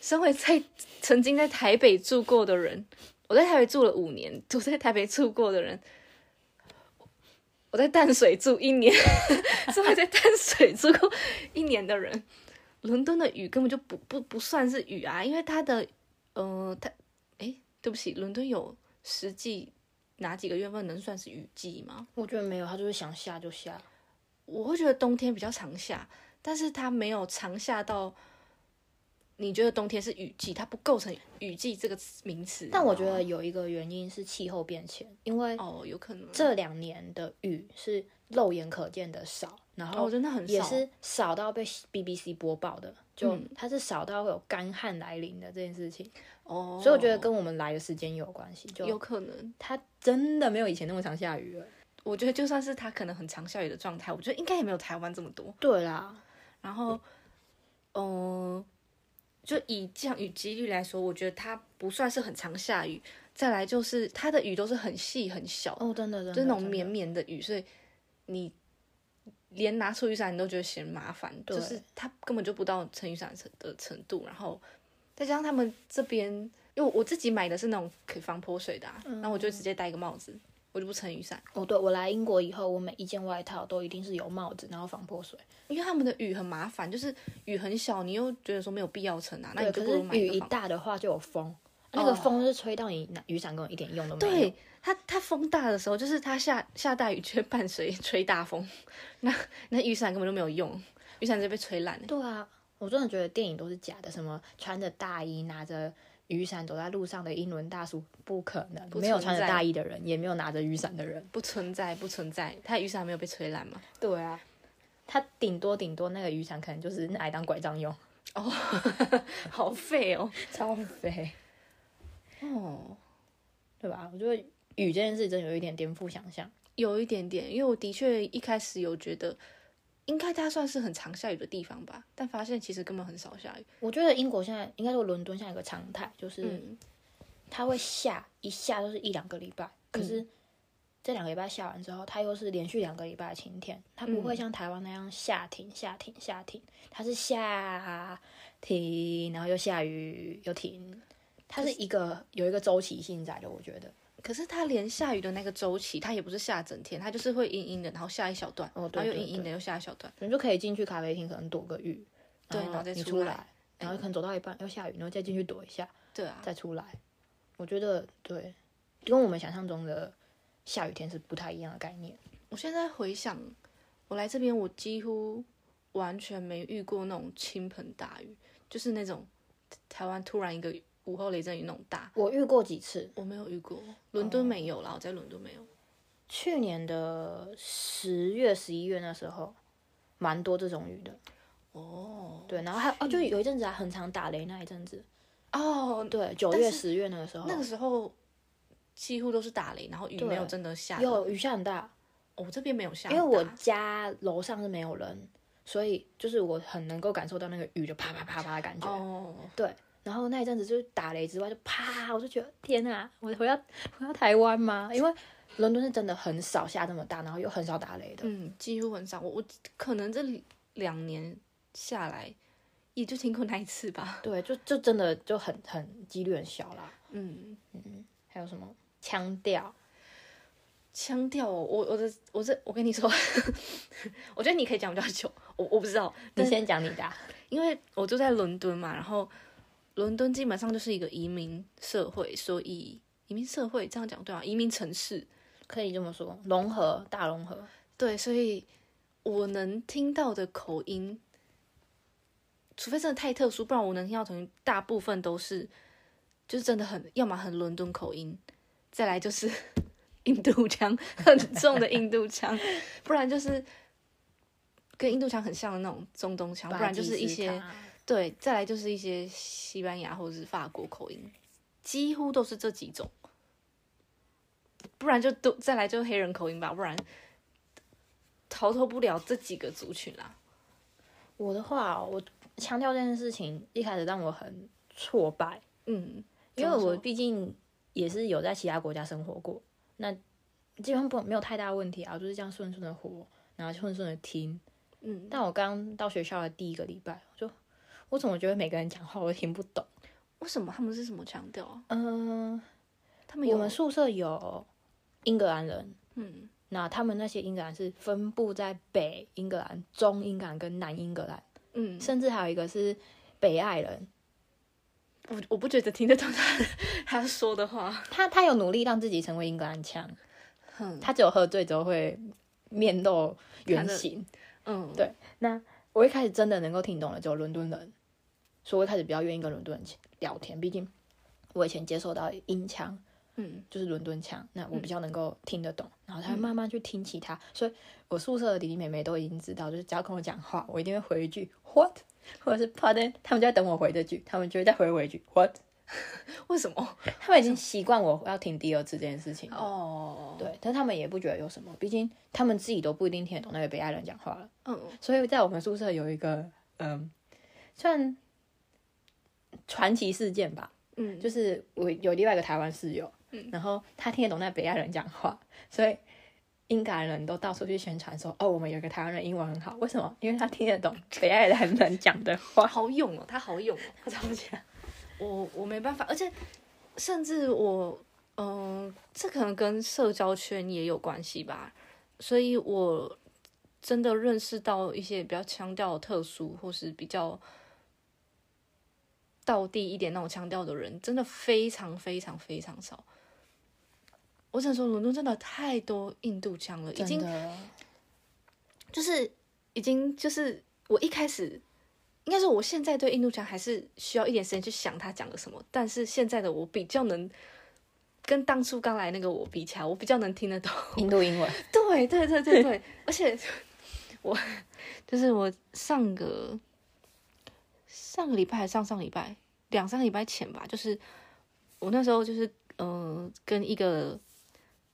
S2: 身为在曾经在台北住过的人，我在台北住了五年，我在台北住过的人，我在淡水住一年， <laughs> 身为在淡水住过一年的人，伦敦的雨根本就不不不算是雨啊，因为它的呃，它诶，对不起，伦敦有实际哪几个月份能算是雨季吗？
S1: 我觉得没有，他就是想下就下。
S2: 我会觉得冬天比较常下，但是它没有常下到你觉得冬天是雨季，它不构成雨季这个词名词。
S1: 但我觉
S2: 你
S1: 得有一个原因是气候变迁，因为
S2: 知道吗哦，有可能
S1: 这两年的雨是肉眼可见的少，然后
S2: 哦，真的很少
S1: 也是少嗯到被 BBC 播报的，就它是少到会有干旱来临的这件事情，
S2: 哦，
S1: 所以我觉得跟我们来的时间有关系。就
S2: 有可能，
S1: 它真的没有以前那么常下雨了。
S2: 我觉得就算是它可能很常下雨的状态，我觉得应该也没有台湾这么多。
S1: 对啦，
S2: 然后，嗯，就以降雨几率来说，我觉得它不算是很常下雨。再来就是它的雨都是很细很小
S1: 哦，真的真的，
S2: 就是那种
S1: 真的
S2: 绵绵的雨，所以你连拿出雨伞你都觉得嫌麻烦，
S1: 对
S2: 就是它根本就不到撑雨伞的程度。然后再加上他们这边，因为我自己买的是那种可以防泼水的、啊，然后我就直接戴一个帽子，我就不撑雨伞，
S1: 哦，对我来英国以后，我每一件外套都一定是有帽子，然后防泼水。
S2: 因为他们的雨很麻烦，就是雨很小，你又觉得说没有必要撑啊，那
S1: 对，
S2: 你就
S1: 可
S2: 不
S1: 是
S2: 如买
S1: 雨
S2: 一
S1: 一
S2: 个防。哦
S1: 大的话就有风，那个风是吹到你拿雨伞根本一点用都没有。
S2: 对，它，它风大的时候，就是它下下大雨，却伴随吹大风， <laughs> 那那雨伞根本就没有用，雨伞直接被吹烂了。
S1: 对啊，我真的觉得电影都是假的，什么穿着大衣拿着雨伞走在路上的英伦大叔，不可能，
S2: 不
S1: 没有
S2: 存
S1: 穿着
S2: 在
S1: 大衣的人，也没有拿着雨伞的人。
S2: 不存在，不存在，他的雨伞没有被吹烂吗？
S1: 对啊，他顶多顶多那个雨伞可能就是拿来当拐杖用，
S2: 好废哦。
S1: 超肥，
S2: 哦，
S1: 对吧？我觉得雨这件事真的有一点颠覆想象。
S2: 有一点点，因为我的确一开始有觉得，应该它算是很常下雨的地方吧，但发现其实根本很少下雨。
S1: 我觉得英国现在应该说伦敦现在有个常态，就是
S2: 嗯，
S1: 它会下一下都是一两个礼拜，
S2: 嗯
S1: 可是这两个礼拜下完之后，它又是连续两个礼拜的晴天，它不
S2: 嗯
S1: 会像台湾那样下停下停下停，它是下停，然后又下雨又停，它是一个有一个周期性在的，我觉得。
S2: 可是它连下雨的那个周期，它也不是下整天，它就是会阴阴的，然后下一小段，
S1: 哦对
S2: 然后又
S1: 对
S2: 阴阴的又下一小段。
S1: 你就可以进去咖啡厅，可能躲个雨，
S2: 对
S1: 然
S2: 然后
S1: 后
S2: 再
S1: 你
S2: 出
S1: 出
S2: 来嗯
S1: 来，然后可能走到一半要下雨，然后再进去躲一下，
S2: 对啊，
S1: 再出来。我觉得对，跟我们想象中的下雨天是不太一样的概念。
S2: 我现在回想，我来这边我几乎完全没遇过那种倾盆大雨，就是那种台湾突然一个午后雷阵雨那种大，
S1: 我遇过几次，
S2: 我没有遇过。伦敦没有啦，我在伦敦没有。
S1: 去年的十月、十一月那时候，蛮多这种雨的。
S2: 哦，
S1: 对，然后还有哦，就有一阵子啊，很常打雷那一阵子。
S2: 哦，
S1: 对，九
S2: 但
S1: 月、
S2: 是
S1: 十月那个时候，
S2: 那个时候几乎都是打雷，然后雨
S1: 对
S2: 没有真的下。哦，
S1: 有雨下很大，
S2: 我这边没有下
S1: 因
S2: 大，
S1: 为我家楼上是没有人，所以就是我很能够感受到那个雨的啪啪啪啪的感觉。
S2: 哦，
S1: 对，然后那一阵子就是打雷之外，就啪，我就觉得天啊，我回到回到台湾吗？因为伦敦是真的很少下这么大，然后又很少打雷的。
S2: 嗯，几乎很少。我我可能这两年下来也就听过那一次吧。
S1: 对，就就真的就很很几率很小啦。
S2: <laughs> 嗯，
S1: 还有什么腔调？
S2: 腔调哦，我我的我这我跟你说， <laughs> 我觉得你可以讲比较久，我我不知道，
S1: 你先讲你的啊、
S2: 因为我住在伦敦嘛，然后伦敦基本上就是一个移民社会，所以移民社会这样讲对啊，移民城市
S1: 可以这么说，融合大融合。
S2: 对，所以我能听到的口音，除非真的太特殊，不然我能听到的口音大部分都是就是真的很，要么很伦敦口音，再来就是 <laughs> 印度腔，很重的印度腔，不然就是跟印度腔很像的那种中东腔，不然就是一
S1: 巴基
S2: 些
S1: 斯坦
S2: 对，再来就是一些西班牙或者是法国口音，几乎都是这几种。不然就都再来就黑人口音吧，不然逃脱不了这几个族群啦。
S1: 我的话哦、我腔调这件事情一开始让我很挫败，
S2: 嗯，
S1: 因为
S2: 怎么
S1: 我
S2: 说
S1: 毕竟也是有在其他国家生活过，那基本上不没有太大问题啊，我就是这样顺顺的活，然后顺顺的听。
S2: 嗯，
S1: 但我刚到学校的第一个礼拜，我就我怎么觉得每个人讲话我都听不懂？
S2: 为什么他们是什么腔调啊？
S1: 嗯、
S2: 他们有
S1: 我们宿舍有英格兰人，
S2: 嗯
S1: 那他们那些英格兰是分布在北英格兰、中英格兰跟南英格兰，
S2: 嗯，
S1: 甚至还有一个是北爱人。
S2: 我我不觉得听得懂 <laughs> 他他说的话。
S1: 他他有努力让自己成为英格兰腔，
S2: 嗯
S1: 他只有喝醉之后会面露原形。
S2: 嗯，
S1: 对我一开始真的能够听懂了，只有伦敦人，所以我一开始比较愿意跟伦敦人聊天，毕竟我以前接受到英腔
S2: 嗯
S1: 就是伦敦腔，那我比较能够听得懂，然后他慢慢去听其他，所以我宿舍的弟弟妹妹都已经知道，就是只要跟我讲话，我一定会回一句 What，或者是 Pardon，他们就在等我回这句，他们就会再回我一句 What，
S2: 为什么？
S1: 他们已经习惯我要听第二次这件事情了。
S2: 哦，
S1: 对，但他们也不觉得有什么，毕竟他们自己都不一定听得懂那个北爱人讲话了。
S2: 嗯
S1: 所以在我们宿舍有一个，嗯，算传奇事件吧，
S2: 嗯，
S1: 就是我有另外一个台湾室友，
S2: 嗯
S1: 然后他听得懂那北爱人讲话，所以英格兰人都到处去宣传说，哦，我们有一个台湾人英文很好，为什么？因为他听得懂北爱人人讲的话。
S2: 好勇哦，他好勇哦，他 <laughs> 超强。我我没办法，而且甚至我，嗯、这可能跟社交圈也有关系吧。所以我真的认识到一些比较腔调特殊，或是比较道地一点那种腔调的人，真的非常非常非常少。我只能说，伦敦真的太多印度腔了，已经
S1: 的，
S2: 就是已经就是我一开始，应该说我现在对印度腔还是需要一点时间去想他讲了什么，但是现在的我比较能跟当初刚来那个我比起来，我比较能听得懂。
S1: 印度
S2: <laughs>
S1: 英文，
S2: 对对对对对，而且我就是我上个上个礼拜还是上上礼拜两三个礼拜前吧，就是我那时候就是呃跟一个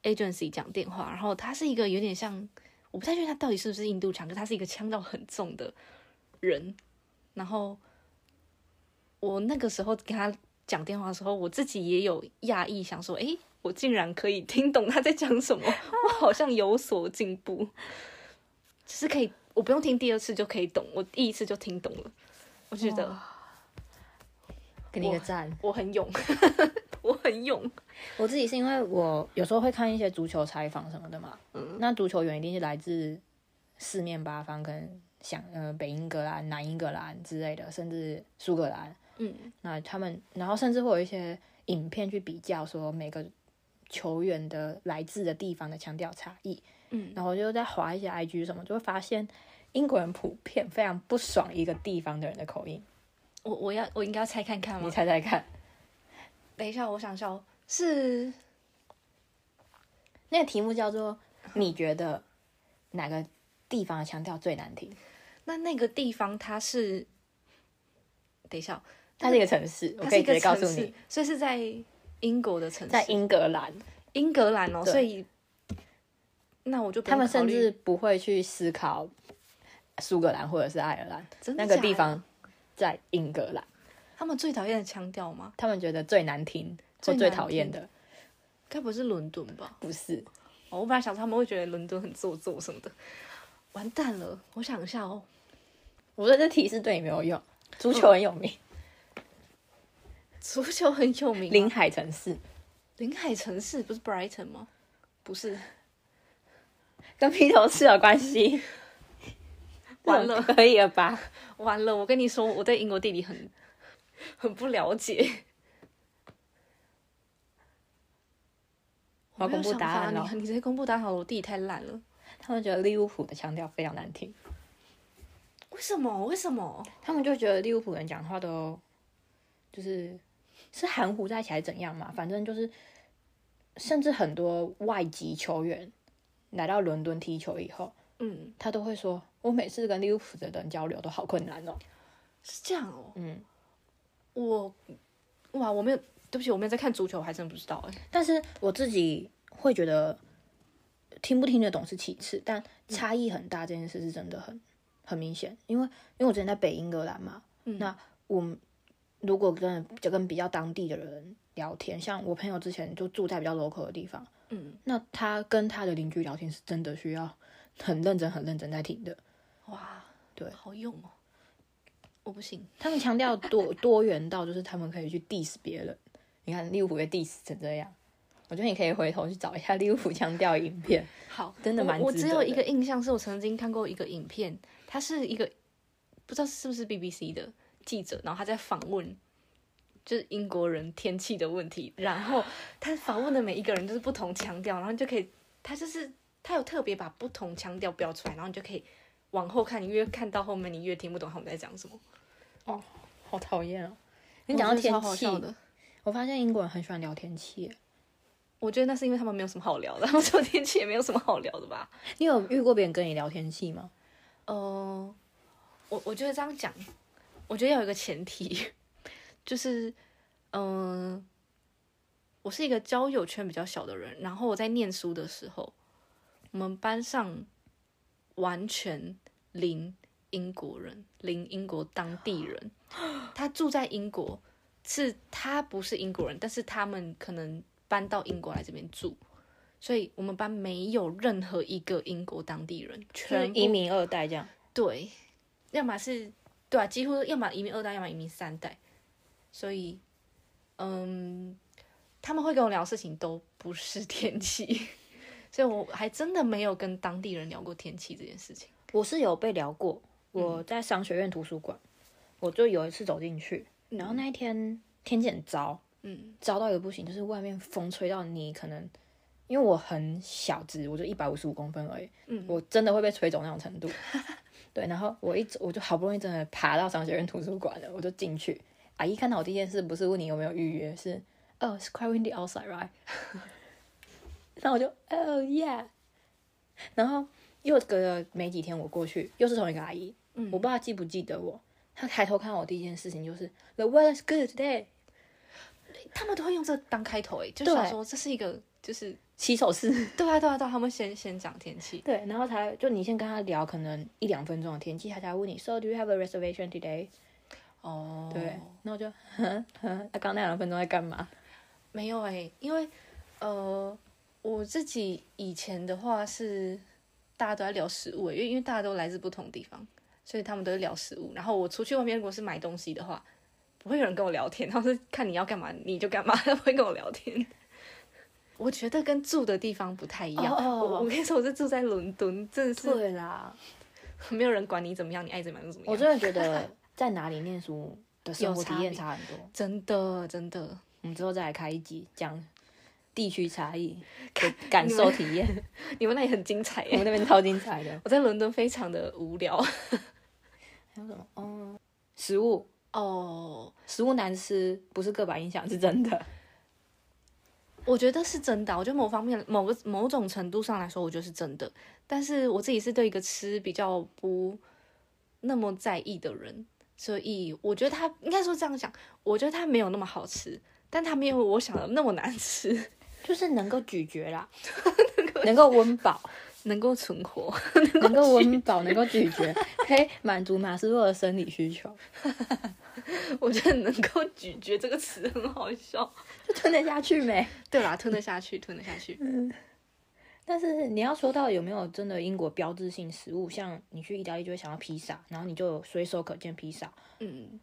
S2: agency 讲电话，然后他是一个有点像我不太确定他到底是不是印度腔，可他是一个腔调很重的人，然后我那个时候跟他。讲电话的时候，我自己也有讶异，想说，诶，我竟然可以听懂他在讲什么，我 <laughs> 好像有所进步，就是可以，我不用听第二次就可以懂，我第一次就听懂了。我觉得
S1: 给你一个赞。
S2: 我很勇， <laughs> 我很勇。
S1: 我自己是因为我有时候会看一些
S2: 嗯
S1: 足球采访什么的嘛，那足球员一定是来自四面八方，可能像呃北英格兰、南英格兰之类的，甚至苏格兰，
S2: 嗯，
S1: 那他们然后甚至会有一些影片去比较说每个球员的来自的地方的强调差异，
S2: 嗯，
S1: 然后就在划一些 IG 什么，就会发现英国人普遍非常不爽一个地方的人的口音，
S2: 我我要我应该要猜看看
S1: 你
S2: 吗？
S1: 猜猜看，
S2: 等一下，我想笑，是
S1: 那个题目叫做你觉得哪个地方的腔调最难听？
S2: 嗯那那个地方它是，等一下，
S1: 它是一个城市，我
S2: 它
S1: 可
S2: 是
S1: 以
S2: 一
S1: 直接
S2: 个
S1: 告
S2: 城
S1: 诉
S2: 市
S1: 你，，
S2: 所以是在英国的城市，
S1: 在英格兰，
S2: 英格兰哦，
S1: 对
S2: 所以那我就不
S1: 他
S2: 用
S1: 们
S2: 考
S1: 甚
S2: 虑
S1: 至不会去思考苏格兰或者是爱尔兰
S2: 真的
S1: 那个
S2: 假
S1: 地
S2: 的，
S1: 方在英格兰，
S2: 他们最讨厌的腔调吗？
S1: 他们觉得最难听或
S2: 最
S1: 最
S2: 难
S1: 讨厌
S2: 听
S1: 的
S2: 该不是伦敦吧？
S1: 不是
S2: 哦，我本来想说他们会觉得伦敦很做作什么的，完蛋了，我想一下哦，
S1: 我说这提示对你没有用。足球
S2: 嗯
S1: 很有名，
S2: 足球很有名吗，
S1: 临海城市
S2: 临海城市不是 Brighton 吗？不是，
S1: 跟披头士有关系。
S2: <laughs> 完了
S1: 这 <laughs> 种可以了吧？
S2: 完了，我跟你说，我对英国地理很很不了解。
S1: 我要公布答案
S2: 我没有想
S1: 了
S2: 法。你你直接公布答案哦好了，我地理太烂了。
S1: 他们觉得利物浦的腔调非常难听，
S2: 为什么？为什么？
S1: 他们就觉得利物浦人讲话都就是是含糊在一起还是怎样嘛，反正就是，甚至很多外籍球员来到伦敦踢球以后，
S2: 嗯，
S1: 他都会说，我每次跟利物浦的人交流都好困难哦。
S2: 是这样哦。
S1: 嗯，
S2: 我哇，我没有，对不起，我没有在看足球，我还真不知道哎。
S1: 但是我自己会觉得听不听得懂是其次，但差异很大这件事是真的很很明显，因为因为我之前在北英格兰嘛，
S2: 嗯
S1: 那我们如果跟就跟比较当地的人聊天，像我朋友之前就住在比较 local 的地方，
S2: 嗯，
S1: 那他跟他的邻居聊天是真的需要很认真、很认真在听的。
S2: 哇，
S1: 对
S2: 好用哦。我不行，
S1: 他们强调多多元到，就是他们可以去 diss 别人。你看利物浦被 diss 成这样，我觉得你可以回头去找一下利物浦强调影片。
S2: 好，
S1: 真的蛮
S2: 我。我
S1: 值
S2: 只
S1: 得
S2: 有一
S1: 的
S2: 个印象，是我曾经看过一个影片，它是一个不知道是不是 BBC 的记者，然后他在访问。就是英国人天气的问题，然后他访问的每一个人就是不同腔调，然后你就可以，他就是他有特别把不同腔调标出来，然后你就可以往后看，你越看到后面你越听不懂他们在讲什么。
S1: 好讨厌哦！你讲到天
S2: 我觉得超好
S1: 气
S2: 笑，的，
S1: 我发现英国人很喜欢聊天气耶。
S2: 我觉得那是因为他们没有什么好聊的， <laughs> 他们说天气也没有什么好聊的吧。
S1: 你有遇过别人跟你聊天气吗？
S2: 呃，我我觉得这样讲，我觉得要有一个前提， <laughs> 就是，嗯、我是一个交友圈比较小的人，然后我在念书的时候，我们班上完全零英国人，零英国当地人， <gasps> 他住在英国，是他不是英国人，但是他们可能搬到英国来这边住。所以我们班没有任何一个英国当地人，
S1: 就是
S2: 全部
S1: 移民二代这样。
S2: 对，要么是对啊，几乎要么移民二代，要么移民三代，所以，嗯，他们会跟我聊的事情都不是天气，所以我还真的没有跟当地人聊过天气这件事情。
S1: 我是有被聊过，我
S2: 嗯
S1: 在商学院图书馆，我就有一次走进去，然后那一天天气很糟，
S2: 嗯
S1: 糟到一个不行，就是外面风吹到你可能，因为我很小只，我就一百五十五公分而已，
S2: 嗯
S1: 我真的会被吹走那种
S2: <laughs>
S1: 程度。对，然后我一走我就好不容易真的爬到商学院图书馆了，我就进去。阿姨看到我第一件事不是问你有没有预约，是哦、oh,，it's quite windy outside, right？然后我就 oh yeah，然后又隔了没几天我过去，又是同一个阿姨，
S2: 嗯
S1: 我不知道她记不记得我。她抬头看我第一件事情就是 the weather's good today，
S2: 他们都会用这当开头、欸，就想
S1: 对
S2: 说这是一个，就是
S1: 洗手式。
S2: 对啊对啊对啊，他们先先讲天气，
S1: 对，然后才就你先跟他聊可能一两分钟的天气，他才问你，So do you have a reservation today？
S2: 哦
S1: 对，那我就，哼哼，那刚那两分钟在干 <laughs> 嘛？
S2: 没有哎、因为呃，我自己以前的话是大家都在聊食物欸、因为因为大家都来自不同地方，所以他们都是聊食物。然后我出去外面如果是买东西的话，不会有人跟我聊天，他们是看你要干嘛你就干嘛， <laughs> 他不会跟我聊天。我觉得跟住的地方不太一样。
S1: 哦哦哦
S2: 我我跟你说，我是住在伦敦，真的是
S1: 对啦，
S2: 没有人管你怎么样，你爱怎么样就怎么样。
S1: <laughs> 我真的觉得在哪里念书的生活体验差很多。
S2: 真的真的，
S1: 我们之后再来开一集讲地区差异的感受体验，
S2: 你们那里很精彩
S1: 我
S2: 耶。
S1: 们那边超精彩的。
S2: 我在伦敦非常的无聊
S1: <laughs> 还有什么？嗯，食物，
S2: <laughs> 哦
S1: 食物难吃不是个板印象，是真的。
S2: 我觉得是真的啊，我觉得某方面某个某种程度上来说，我觉得是真的。但是我自己是对一个吃比较不那么在意的人，所以我觉得它应该说这样讲，我觉得它没有那么好吃，但它没有我想的那么难吃，
S1: 就是能够咀嚼啦， <laughs> 能够温饱，
S2: 能够存活。
S1: <laughs> 能够温饱，能够咀嚼， <laughs> 可以满足马斯洛的生理需求， <laughs>
S2: 我觉得能够咀嚼这个词很好笑。
S1: 就吞得下去没？ <laughs>
S2: 对啦，吞得下去，吞得下去。
S1: 但是你要说到有没有真的英国标志性食物，像你去意大利就会想要披萨，然后你就随手可见披萨，
S2: 嗯，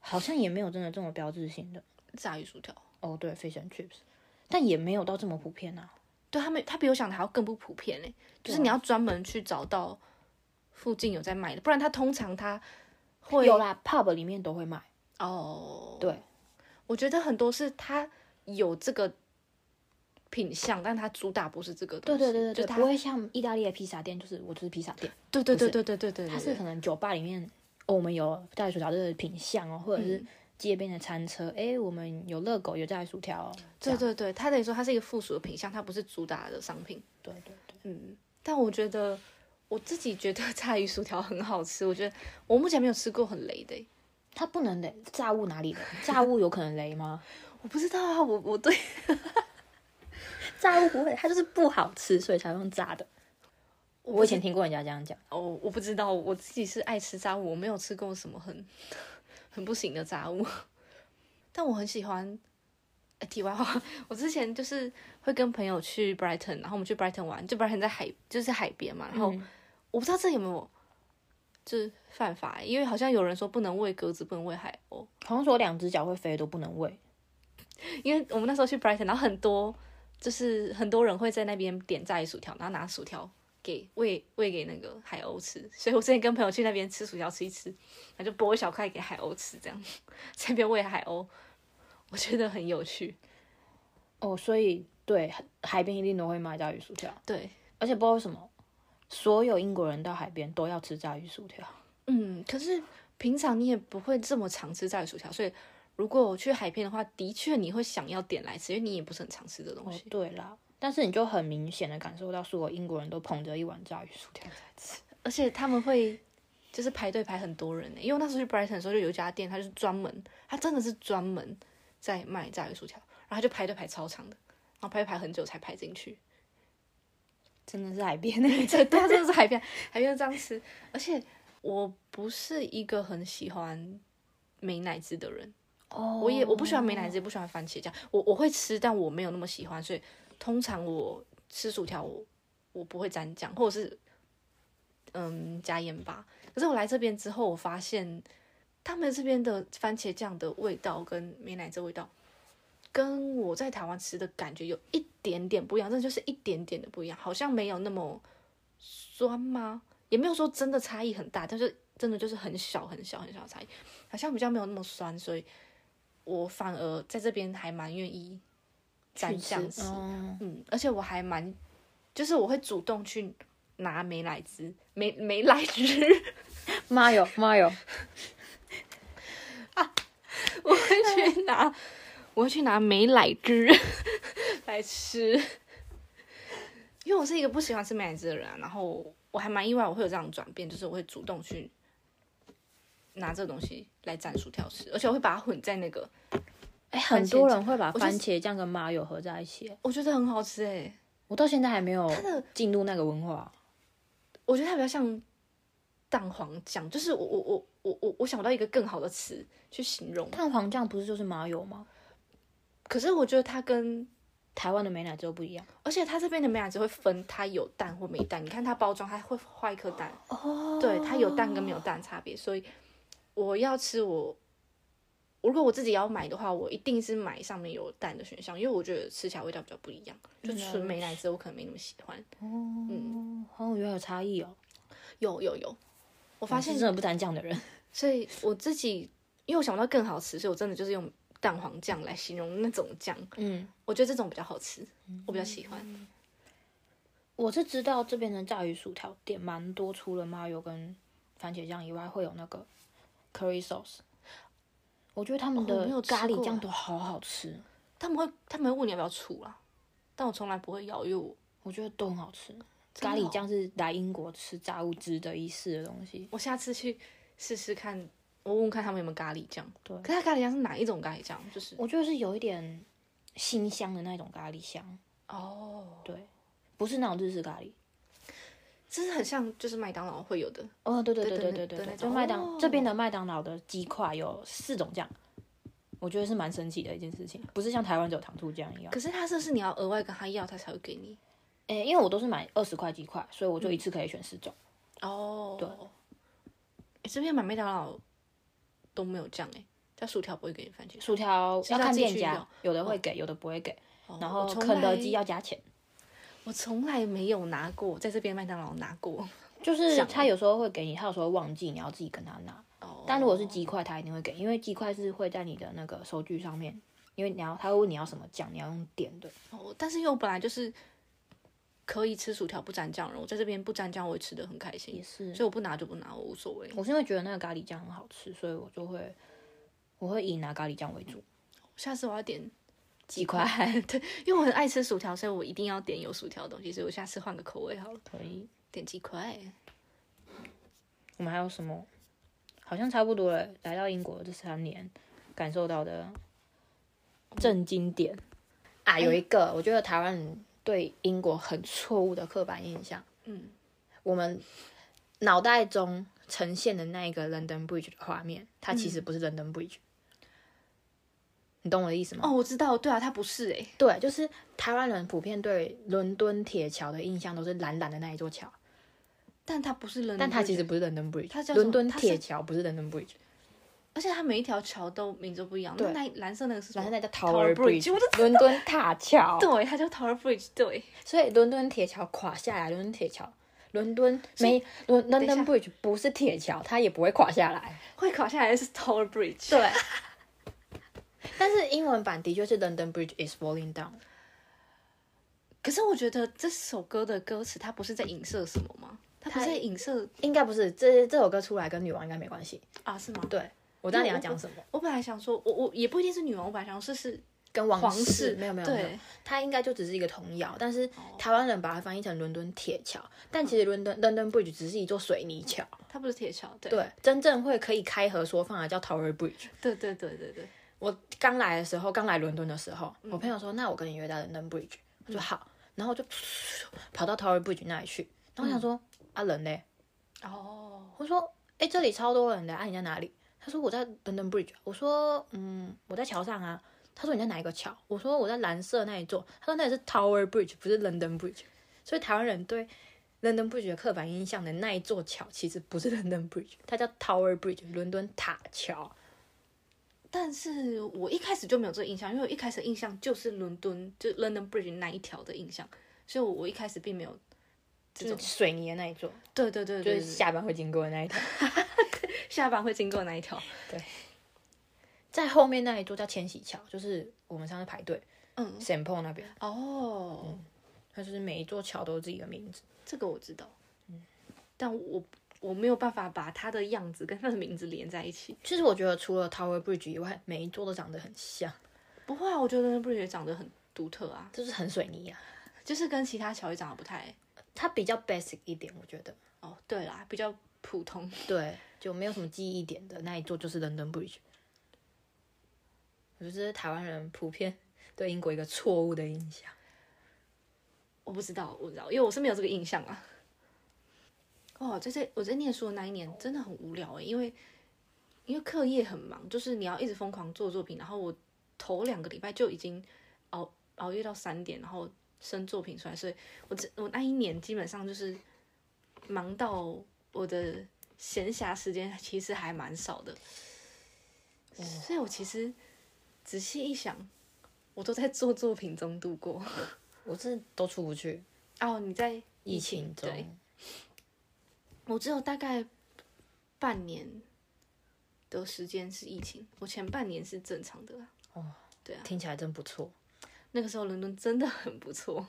S1: 好像也没有真的这么标志性的。
S2: 炸鱼薯条，
S1: 哦，对，fish and chips，但也没有到这么普遍啊。
S2: 对他们，他比我想的还要更不普遍嘞、就是你要专门去找到附近有在卖的，不然他通常他会
S1: 有啦，pub 里面都会卖。
S2: 哦，
S1: 对，
S2: 我觉得很多是他有这个品相，但他主打不是这个
S1: 对
S2: 东
S1: 对
S2: 西，
S1: 对对
S2: 就
S1: 对，
S2: 他
S1: 不会像意大利的披萨店，就是我就是披萨店，
S2: 对对对对对对对，
S1: 它是可能酒吧里面，哦，我们有炸鱼薯条这个品相哦，或者是街边的餐车，诶，我们有热狗，有炸鱼薯条、哦，这
S2: 对
S1: 样
S2: 对对，他等于说它是一个附属的品相，它不是主打的商品。
S1: 对对对，
S2: 嗯，但我觉得我自己觉得炸鱼薯条很好吃，我觉得我目前没有吃过很雷的欸、
S1: 它不能雷，炸物哪里雷？炸物有可能雷吗？
S2: 我不知道啊，我我对
S1: <laughs> 炸物不会，它就是不好吃，所以才用炸的。我以前听过人家这样讲，
S2: 哦，我不知道，我自己是爱吃炸物，我没有吃过什么很很不行的炸物， <laughs> 但我很喜欢。哎题外话，我之前就是会跟朋友去 Brighton，然后我们去 Brighton 玩，就 Brighton 在海就是在海边嘛，然后我不知道这有没有就是犯法，欸因为好像有人说不能喂鸽子，不能喂海鸥，
S1: 好像说两只脚会飞都不能喂，
S2: 因为我们那时候去 Brighton，然后很多就是很多人会在那边点炸鱼薯条，然后拿薯条给喂喂给那个海鸥吃。所以我之前跟朋友去那边吃薯条吃一吃，然后就剥一小块给海鸥吃，这样 <laughs> 在那边喂海鸥，我觉得很有趣。
S1: 哦，所以对海海边一定都会卖炸鱼薯条，
S2: 对，
S1: 而且不知道为什么，所有英国人到海边都要吃炸鱼薯条。
S2: 嗯，可是平常你也不会这么常吃炸鱼薯条，所以如果我去海边的话，的确你会想要点来吃，因为你也不是很常吃这东
S1: 哦
S2: 西。，
S1: 对啦，但是你就很明显的感受到，所有英国人都捧着一碗炸鱼薯条在吃。
S2: 而且他们会就是排队排很多人欸呢、因为我那时候去 Brighton 的时候，就有一家店，它就是专门，它真的是专门在卖炸鱼薯条，然后它就排队排超长的，然后排队排很久才排进去。
S1: 真的是海边那
S2: 对，对，它真的是海边， <laughs> 海边这样吃。而且我不是一个很喜欢美乃滋的人，
S1: 哦
S2: <laughs> 我也我不喜欢美乃滋，也不喜欢番茄酱，我我会吃，但我没有那么喜欢，所以通常我吃薯条我我不会沾酱，或者是嗯加盐巴。可是我来这边之后，我发现他们这边的番茄酱的味道跟美乃滋味道，跟我在台湾吃的感觉有一点点不一样，真的就是一点点的不一样，好像没有那么酸吗？也没有说真的差异很大，但是真的就是很小很小很小的差异，好像比较没有那么酸，所以我反而在这边还蛮愿意沾
S1: 去
S2: 酱
S1: 吃
S2: 吃。
S1: 哦
S2: 嗯，而且我还蛮，就是我会主动去拿美乃滋，美美乃滋，
S1: 妈哟妈
S2: <laughs>
S1: 哟，
S2: 我会 <laughs> 去拿，我会去拿美乃滋 <laughs> 来吃，因为我是一个不喜欢吃美乃滋的人啊、然后我还蛮意外我会有这样的转变，就是我会主动去拿这个东西来蘸薯条吃，而且我会把它混在那个，
S1: 哎，很
S2: 番茄
S1: 多
S2: 酱
S1: 人会把
S2: 我就
S1: 番
S2: 是
S1: 茄酱跟妈友合在一起耶，
S2: 我觉得很好吃哎、
S1: 我到现在还没有
S2: 的
S1: 进入那个文化。
S2: 我觉得它比较像蛋黄酱，就是我我我我我我想不到一个更好的词去形容。
S1: 蛋黄酱不是就是麻油吗？
S2: 可是我觉得它跟，
S1: 台湾的美乃滋都不一样
S2: 而且它这边的美乃滋会分它有蛋或没蛋，你看它包装它会画一颗蛋，
S1: 哦
S2: 对，它有蛋跟没有蛋的差别。所以我要吃我，我如果我自己要买的话，我一定是买上面有蛋的选项，因为我觉得吃起来味道比较不一样。就
S1: 了
S2: 纯美乃滋我可能没那么喜欢。
S1: 哦，好像原来有差异哦。嗯
S2: 有有有，我发现
S1: 是真的不沾酱的人，
S2: 所以我自己因为我想不到更好吃，所以我真的就是用蛋黄酱来形容那种酱。
S1: 嗯，
S2: 我觉得这种比较好吃，我比较喜欢。
S1: 我是知道这边的炸鱼薯条店蛮多，除了麻油跟番茄酱以外，会有那个 curry sauce。我觉得他们
S2: 哦我
S1: 的
S2: 没有吃
S1: 咖喱
S2: 过
S1: 酱
S2: 哎
S1: 都好好吃，
S2: 他们会他们会问你要不要醋啊，但我从来不会要，因为我
S1: 我觉得都很好吃。
S2: 真
S1: 咖
S2: 的
S1: 喱
S2: 哦
S1: 酱是来英国吃炸物值得一试的东西。
S2: 我下次去试试看，我问问看他们有没有咖喱酱。
S1: 对
S2: 可是它咖喱酱是哪一种咖喱酱？就是
S1: 我觉得是有一点辛香的那种咖喱香，
S2: 哦，
S1: 对，不是那种日式咖喱。
S2: 这是很像就是麦当劳会有的
S1: 哦，对对对
S2: 对
S1: 对对
S2: 对对
S1: 对
S2: 那
S1: 对，
S2: 种
S1: 就麦当这边
S2: 哦
S1: 的麦当劳的鸡块有四种酱，我觉得是蛮神奇的一件事情，不是像台湾只有糖醋酱一样。
S2: 可是它这是你要额外跟他要，他才会给你。
S1: 诶、因为我都是买二十块鸡块，所以我
S2: 嗯
S1: 就一次可以选四种。
S2: 哦，对，这边买麦当劳都没有酱哎、欸，它薯条不会给你番茄酱。
S1: 薯条
S2: 是
S1: 要
S2: 要
S1: 看
S2: 自己
S1: 店
S2: 去
S1: 家
S2: 要，
S1: 有的会给，有的不会给。
S2: 哦
S1: 然
S2: 我
S1: 后
S2: 从
S1: 肯德
S2: 来
S1: 基要加钱，
S2: 我从来没有拿过，在这边麦当劳拿过。
S1: 就是
S2: 想
S1: 他有时候会给你，他有时候会忘记，你要自己跟他拿。
S2: 哦，
S1: 但如果是鸡块，他一定会给，因为鸡块是会在你的那个收据上面，因为你要他会问你要什么酱，你要用点的。
S2: 哦，但是因为我本来就是可以吃薯条不沾酱的人，我在这边不沾酱，我也吃的很开心，
S1: 是，
S2: 所以我不拿就不拿，我无所谓。
S1: 我是因为觉得那个咖喱酱很好吃，所以我就会我会以拿咖喱酱为主。
S2: 下次我要点，
S1: 鸡
S2: <laughs>
S1: 块
S2: 因为我很爱吃薯条，所以我一定要点有薯条的东西，所以我下次换个口味好了，
S1: 可以，
S2: 点鸡块。
S1: 我们还有什么？好像差不多了。来到英国这三年，感受到的震惊点啊，有一个我觉得台湾人对英国很错误的刻板印象，
S2: 嗯，
S1: 我们脑袋中呈现的那一个 London Bridge 的画面，它其实
S2: 嗯
S1: 不是 London Bridge，、你懂我的意思吗？
S2: 哦，我知道，对啊，它不是哎、
S1: 对，就是台湾人普遍对伦敦铁桥的印象都是蓝蓝的那一座桥，
S2: 但它不是人，
S1: 但它其实不是 London Bridge，
S2: 它叫什么
S1: 伦敦
S2: 它是
S1: 铁桥不是 London Bridge，
S2: 而且它每一条桥都名字不一样。那
S1: 对
S2: 那蓝色那个是什
S1: 然后
S2: 么？
S1: 那叫 Tower
S2: Tower Bridge，
S1: Bridge，伦敦塔桥。
S2: 对，它叫 Tower Bridge。对，
S1: 所以伦敦铁桥垮下来，伦敦铁桥，伦敦没伦
S2: 一下
S1: London Bridge 不是铁桥，它也不会垮下来。
S2: 会垮下来的是 Tower Bridge。
S1: 对，但是英文版的确是 London Bridge is falling down。
S2: 可是我觉得这首歌的歌词，它不是在影射什么吗？它不是在影射
S1: 应该不是，这这首歌出来跟女王应该没关系。
S2: 啊？是吗？
S1: 对，我知道你要讲什么，
S2: 我本来想说，我我也不一定是女王，我本来想说是
S1: 跟王
S2: 皇
S1: 室
S2: 室，
S1: 没有没有没有
S2: 对，，
S1: 它应该就只是一个童谣，但是台湾人把它翻译成伦敦铁桥，但其实伦敦 London Bridge 只是一座水泥桥。
S2: 它不是铁桥，对
S1: 对，真正会可以开合说放的叫 Tower Bridge。
S2: 对对对对对，
S1: 我刚来的时候，刚来伦敦的时候，
S2: 嗯
S1: 我朋友说：“那我跟你约在 London Bridge。”我说：“好。”然后我就跑到 Tower Bridge 那里去。
S2: 嗯
S1: 然后我想说：“啊，人嘞
S2: 哦，？”
S1: 我说：“哎、这里超多人的，啊，你在哪里？”他说：“我在 London Bridge。”我说：“嗯，我在桥上啊。”他说：“你在哪一个桥？”我说：“我在蓝色那一座。”他说：“那里是 Tower Bridge，不是 London Bridge。”所以台湾人对 London Bridge 的刻板印象的那一座桥，其实不是 London Bridge，它叫 Tower Bridge，伦敦塔桥。
S2: 但是我一开始就没有这个印象，因为我一开始的印象就是伦敦，就 London Bridge 那一条的印象，所以我我一开始并没有这
S1: 就
S2: 种
S1: 是，水泥的那一座，
S2: 对对对
S1: 就是
S2: 对对
S1: 下班会经过的那一条，
S2: 下班会经过那一条，
S1: 在后面那一座叫千禧桥，就是我们上次排队
S2: 嗯，
S1: s a m p o 那边，
S2: 哦，
S1: 它就是每一座桥都有自己的名字。
S2: 这个我知道，但我我没有办法把它的样子跟它的名字连在一起。
S1: 其实我觉得除了 Tower Bridge 以外，每一座都长得很像，
S2: 不会啊，我觉得 Bridge 也长得很独特啊，
S1: 就是很水泥啊。
S2: 就是跟其他桥也长得不太……
S1: 它比较 basic 一点，我觉得，
S2: 哦，对啦，比较普通。
S1: 对，就没有什么记忆点的那一座就是 London Bridge。我觉得这是台湾人普遍对英国一个错误的印象。
S2: 我不知道，我不知道，因为我是没有这个印象啊。哦，在这我在念书的那一年真的很无聊欸诶、因为因为课业很忙，就是你要一直疯狂做作品，然后我头两个礼拜就已经熬熬夜到三点，然后生作品出来，所以我这我那一年基本上就是忙到我的闲暇时间其实还蛮少的，所以我其实仔细一想，我都在做作品中度过。
S1: 我是都出不去，
S2: 哦，你在
S1: 疫情
S2: 对，
S1: 中
S2: 我只有大概半年的时间是疫情，我前半年是正常的啦。啊
S1: 听起来真不错，
S2: 那个时候伦敦真的很不错，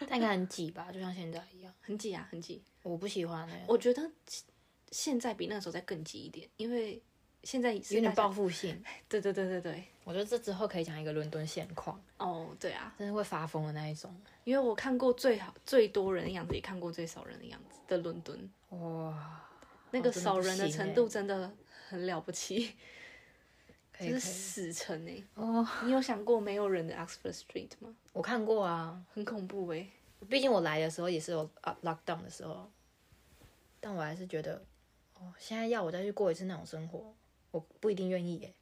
S1: 但应该很挤吧，就像现在一样。
S2: 很挤啊，很挤。
S1: 我不喜欢欸
S2: 我觉得现在比那个时候再更挤一点，因为现在是
S1: 有点
S2: 大家
S1: 报复性。
S2: 对对对对对。
S1: 我觉得这之后可以讲一个伦敦现况，
S2: 哦，对啊，
S1: 真的会发疯的那一种。
S2: 因为我看过最好最多人的样子，也看过最少人的样子的伦敦，
S1: 哇，
S2: 那个
S1: 哦真的
S2: 少
S1: 不
S2: 人的
S1: 行
S2: 程
S1: 欸
S2: 度真的很了不起，
S1: 可以
S2: 就
S1: 可
S2: 是死城哎、
S1: 以哦，
S2: 你有想过没有人的 Oxford Street 吗？
S1: 我看过啊，
S2: 很恐怖哎、
S1: 毕竟我来的时候也是有啊 lockdown 的时候，但我还是觉得，哦，现在要我再去过一次那种生活，我不一定愿意耶。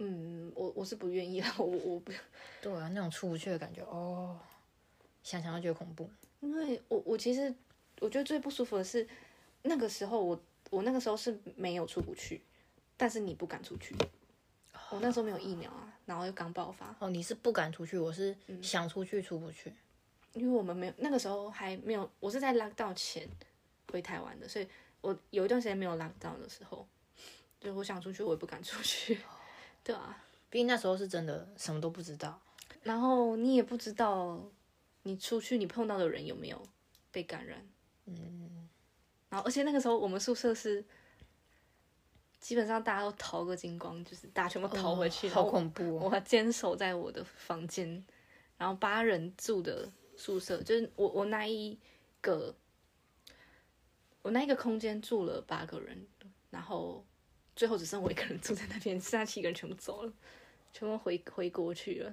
S2: 嗯，我我是不愿意啦，我我不，
S1: 对啊，那种出不去的感觉，哦，想想就觉得恐怖。
S2: 因为我我其实我觉得最不舒服的是那个时候我我那个时候是没有出不去，但是你不敢出去，我那时候没有疫苗啊，然后又刚爆发，
S1: 哦，你是不敢出去，我是想出去出不去。
S2: 因为我们没有那个时候还没有，我是在 lock 到前回台湾的，所以我有一段时间没有 lock 到的时候，就我想出去我也不敢出去，对啊，
S1: 毕竟那时候是真的什么都不知道，
S2: 然后你也不知道你出去你碰到的人有没有被感染，嗯，然后而且那个时候我们宿舍是基本上大家都逃个精光，就是大家全部逃回去，
S1: 哦
S2: 然后
S1: 好恐怖哦。
S2: 我坚守在我的房间，然后八人住的宿舍，就是我我那一个，我那一个空间住了八个人，然后最后只剩我一个人住在那边，其他七个人全部走了，全部回回国去了。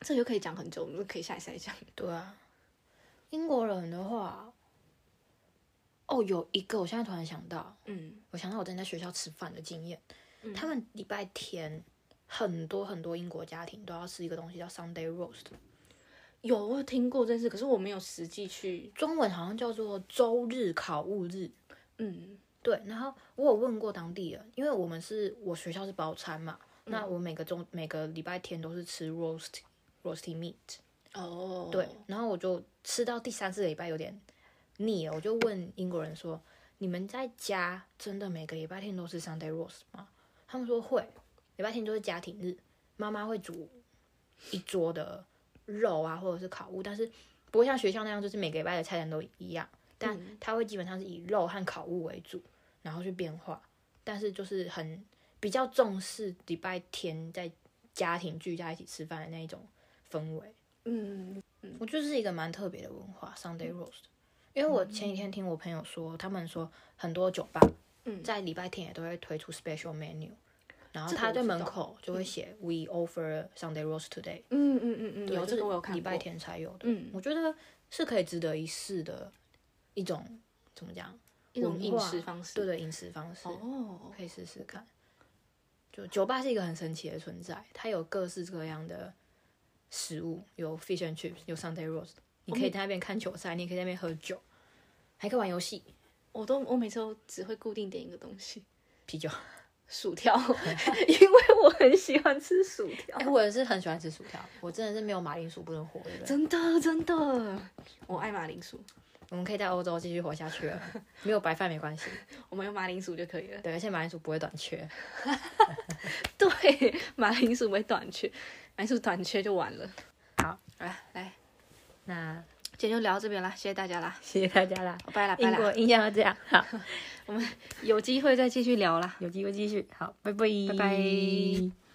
S2: 这个就可以讲很久，我们可以下一次再讲。
S1: 对啊，英国人的话，哦，有一个我现在突然想到，
S2: 嗯，
S1: 我想到我之前在学校吃饭的经验，
S2: 嗯
S1: 他们礼拜天很多很多英国家庭都要吃一个东西叫 Sunday roast，
S2: 有我有听过这件事，可是我没有实际去。
S1: 中文好像叫做周日烤物日。
S2: 嗯
S1: 对，然后我有问过当地人，因为我们是我学校是包餐嘛，那我每个中每个礼拜天都是吃 roast roasty meat，
S2: 哦，
S1: 对，然后我就吃到第三次礼拜有点腻了，我就问英国人说：“你们在家真的每个礼拜天都是 Sunday roast 吗？”他们说会，礼拜天就是家庭日，妈妈会煮一桌的肉啊，或者是烤物，但是不会像学校那样，就是每个礼拜的菜单都一样，但它会基本上是以肉和烤物为主，然后去变化，但是就是很比较重视礼拜天在家庭聚在一起吃饭的那一种氛围。
S2: 嗯，
S1: 我就是一个蛮特别的文化，Sunday roast。因为我前几天听我朋友说，他们说很多酒吧，
S2: 嗯
S1: 在礼拜天也都会推出 special menu，然后
S2: 这个
S1: 他
S2: 我
S1: 对
S2: 知
S1: 门
S2: 道
S1: 口就会写 We offer Sunday roast today，
S2: 嗯嗯嗯嗯，
S1: 对
S2: 有
S1: 就
S2: 这
S1: 是
S2: 个我有看过。
S1: 礼拜天才有的，
S2: 嗯，
S1: 我觉得是可以值得一试的一种怎么讲，
S2: 一种饮
S1: 文化
S2: 食方式。
S1: 对的饮食方式，
S2: 哦，
S1: 可以试试看。就酒吧是一个很神奇的存在，它有各式各样的食物，有 fish and chips，有 Sunday roast，你可以在那边看球赛，你也可以在那边喝酒，还可以玩游戏，
S2: 我都我每次都只会固定点一个东西，
S1: 啤酒。
S2: 薯条， <laughs> 因为我很喜欢吃薯条
S1: 哎、。我也是很喜欢吃薯条，我真的是没有马铃薯不能活的人。
S2: <laughs> 真的真的，我爱马铃薯，
S1: 我们可以在欧洲继续活下去了，没有白饭没关系。
S2: 我们有马铃薯就可以了。 <laughs>
S1: 对，而且马铃薯不会短缺。
S2: 对，马铃薯没短缺，马铃薯短缺就完了。
S1: 好，
S2: 来来，
S1: 那
S2: 今天就聊到这边啦，谢谢大家啦，
S1: 谢谢大家啦，
S2: 拜啦拜
S1: 英
S2: 啦
S1: 国，印象就这样，好，
S2: 有机会再继续聊啦。
S1: 有机会继续，好，拜拜，
S2: 拜拜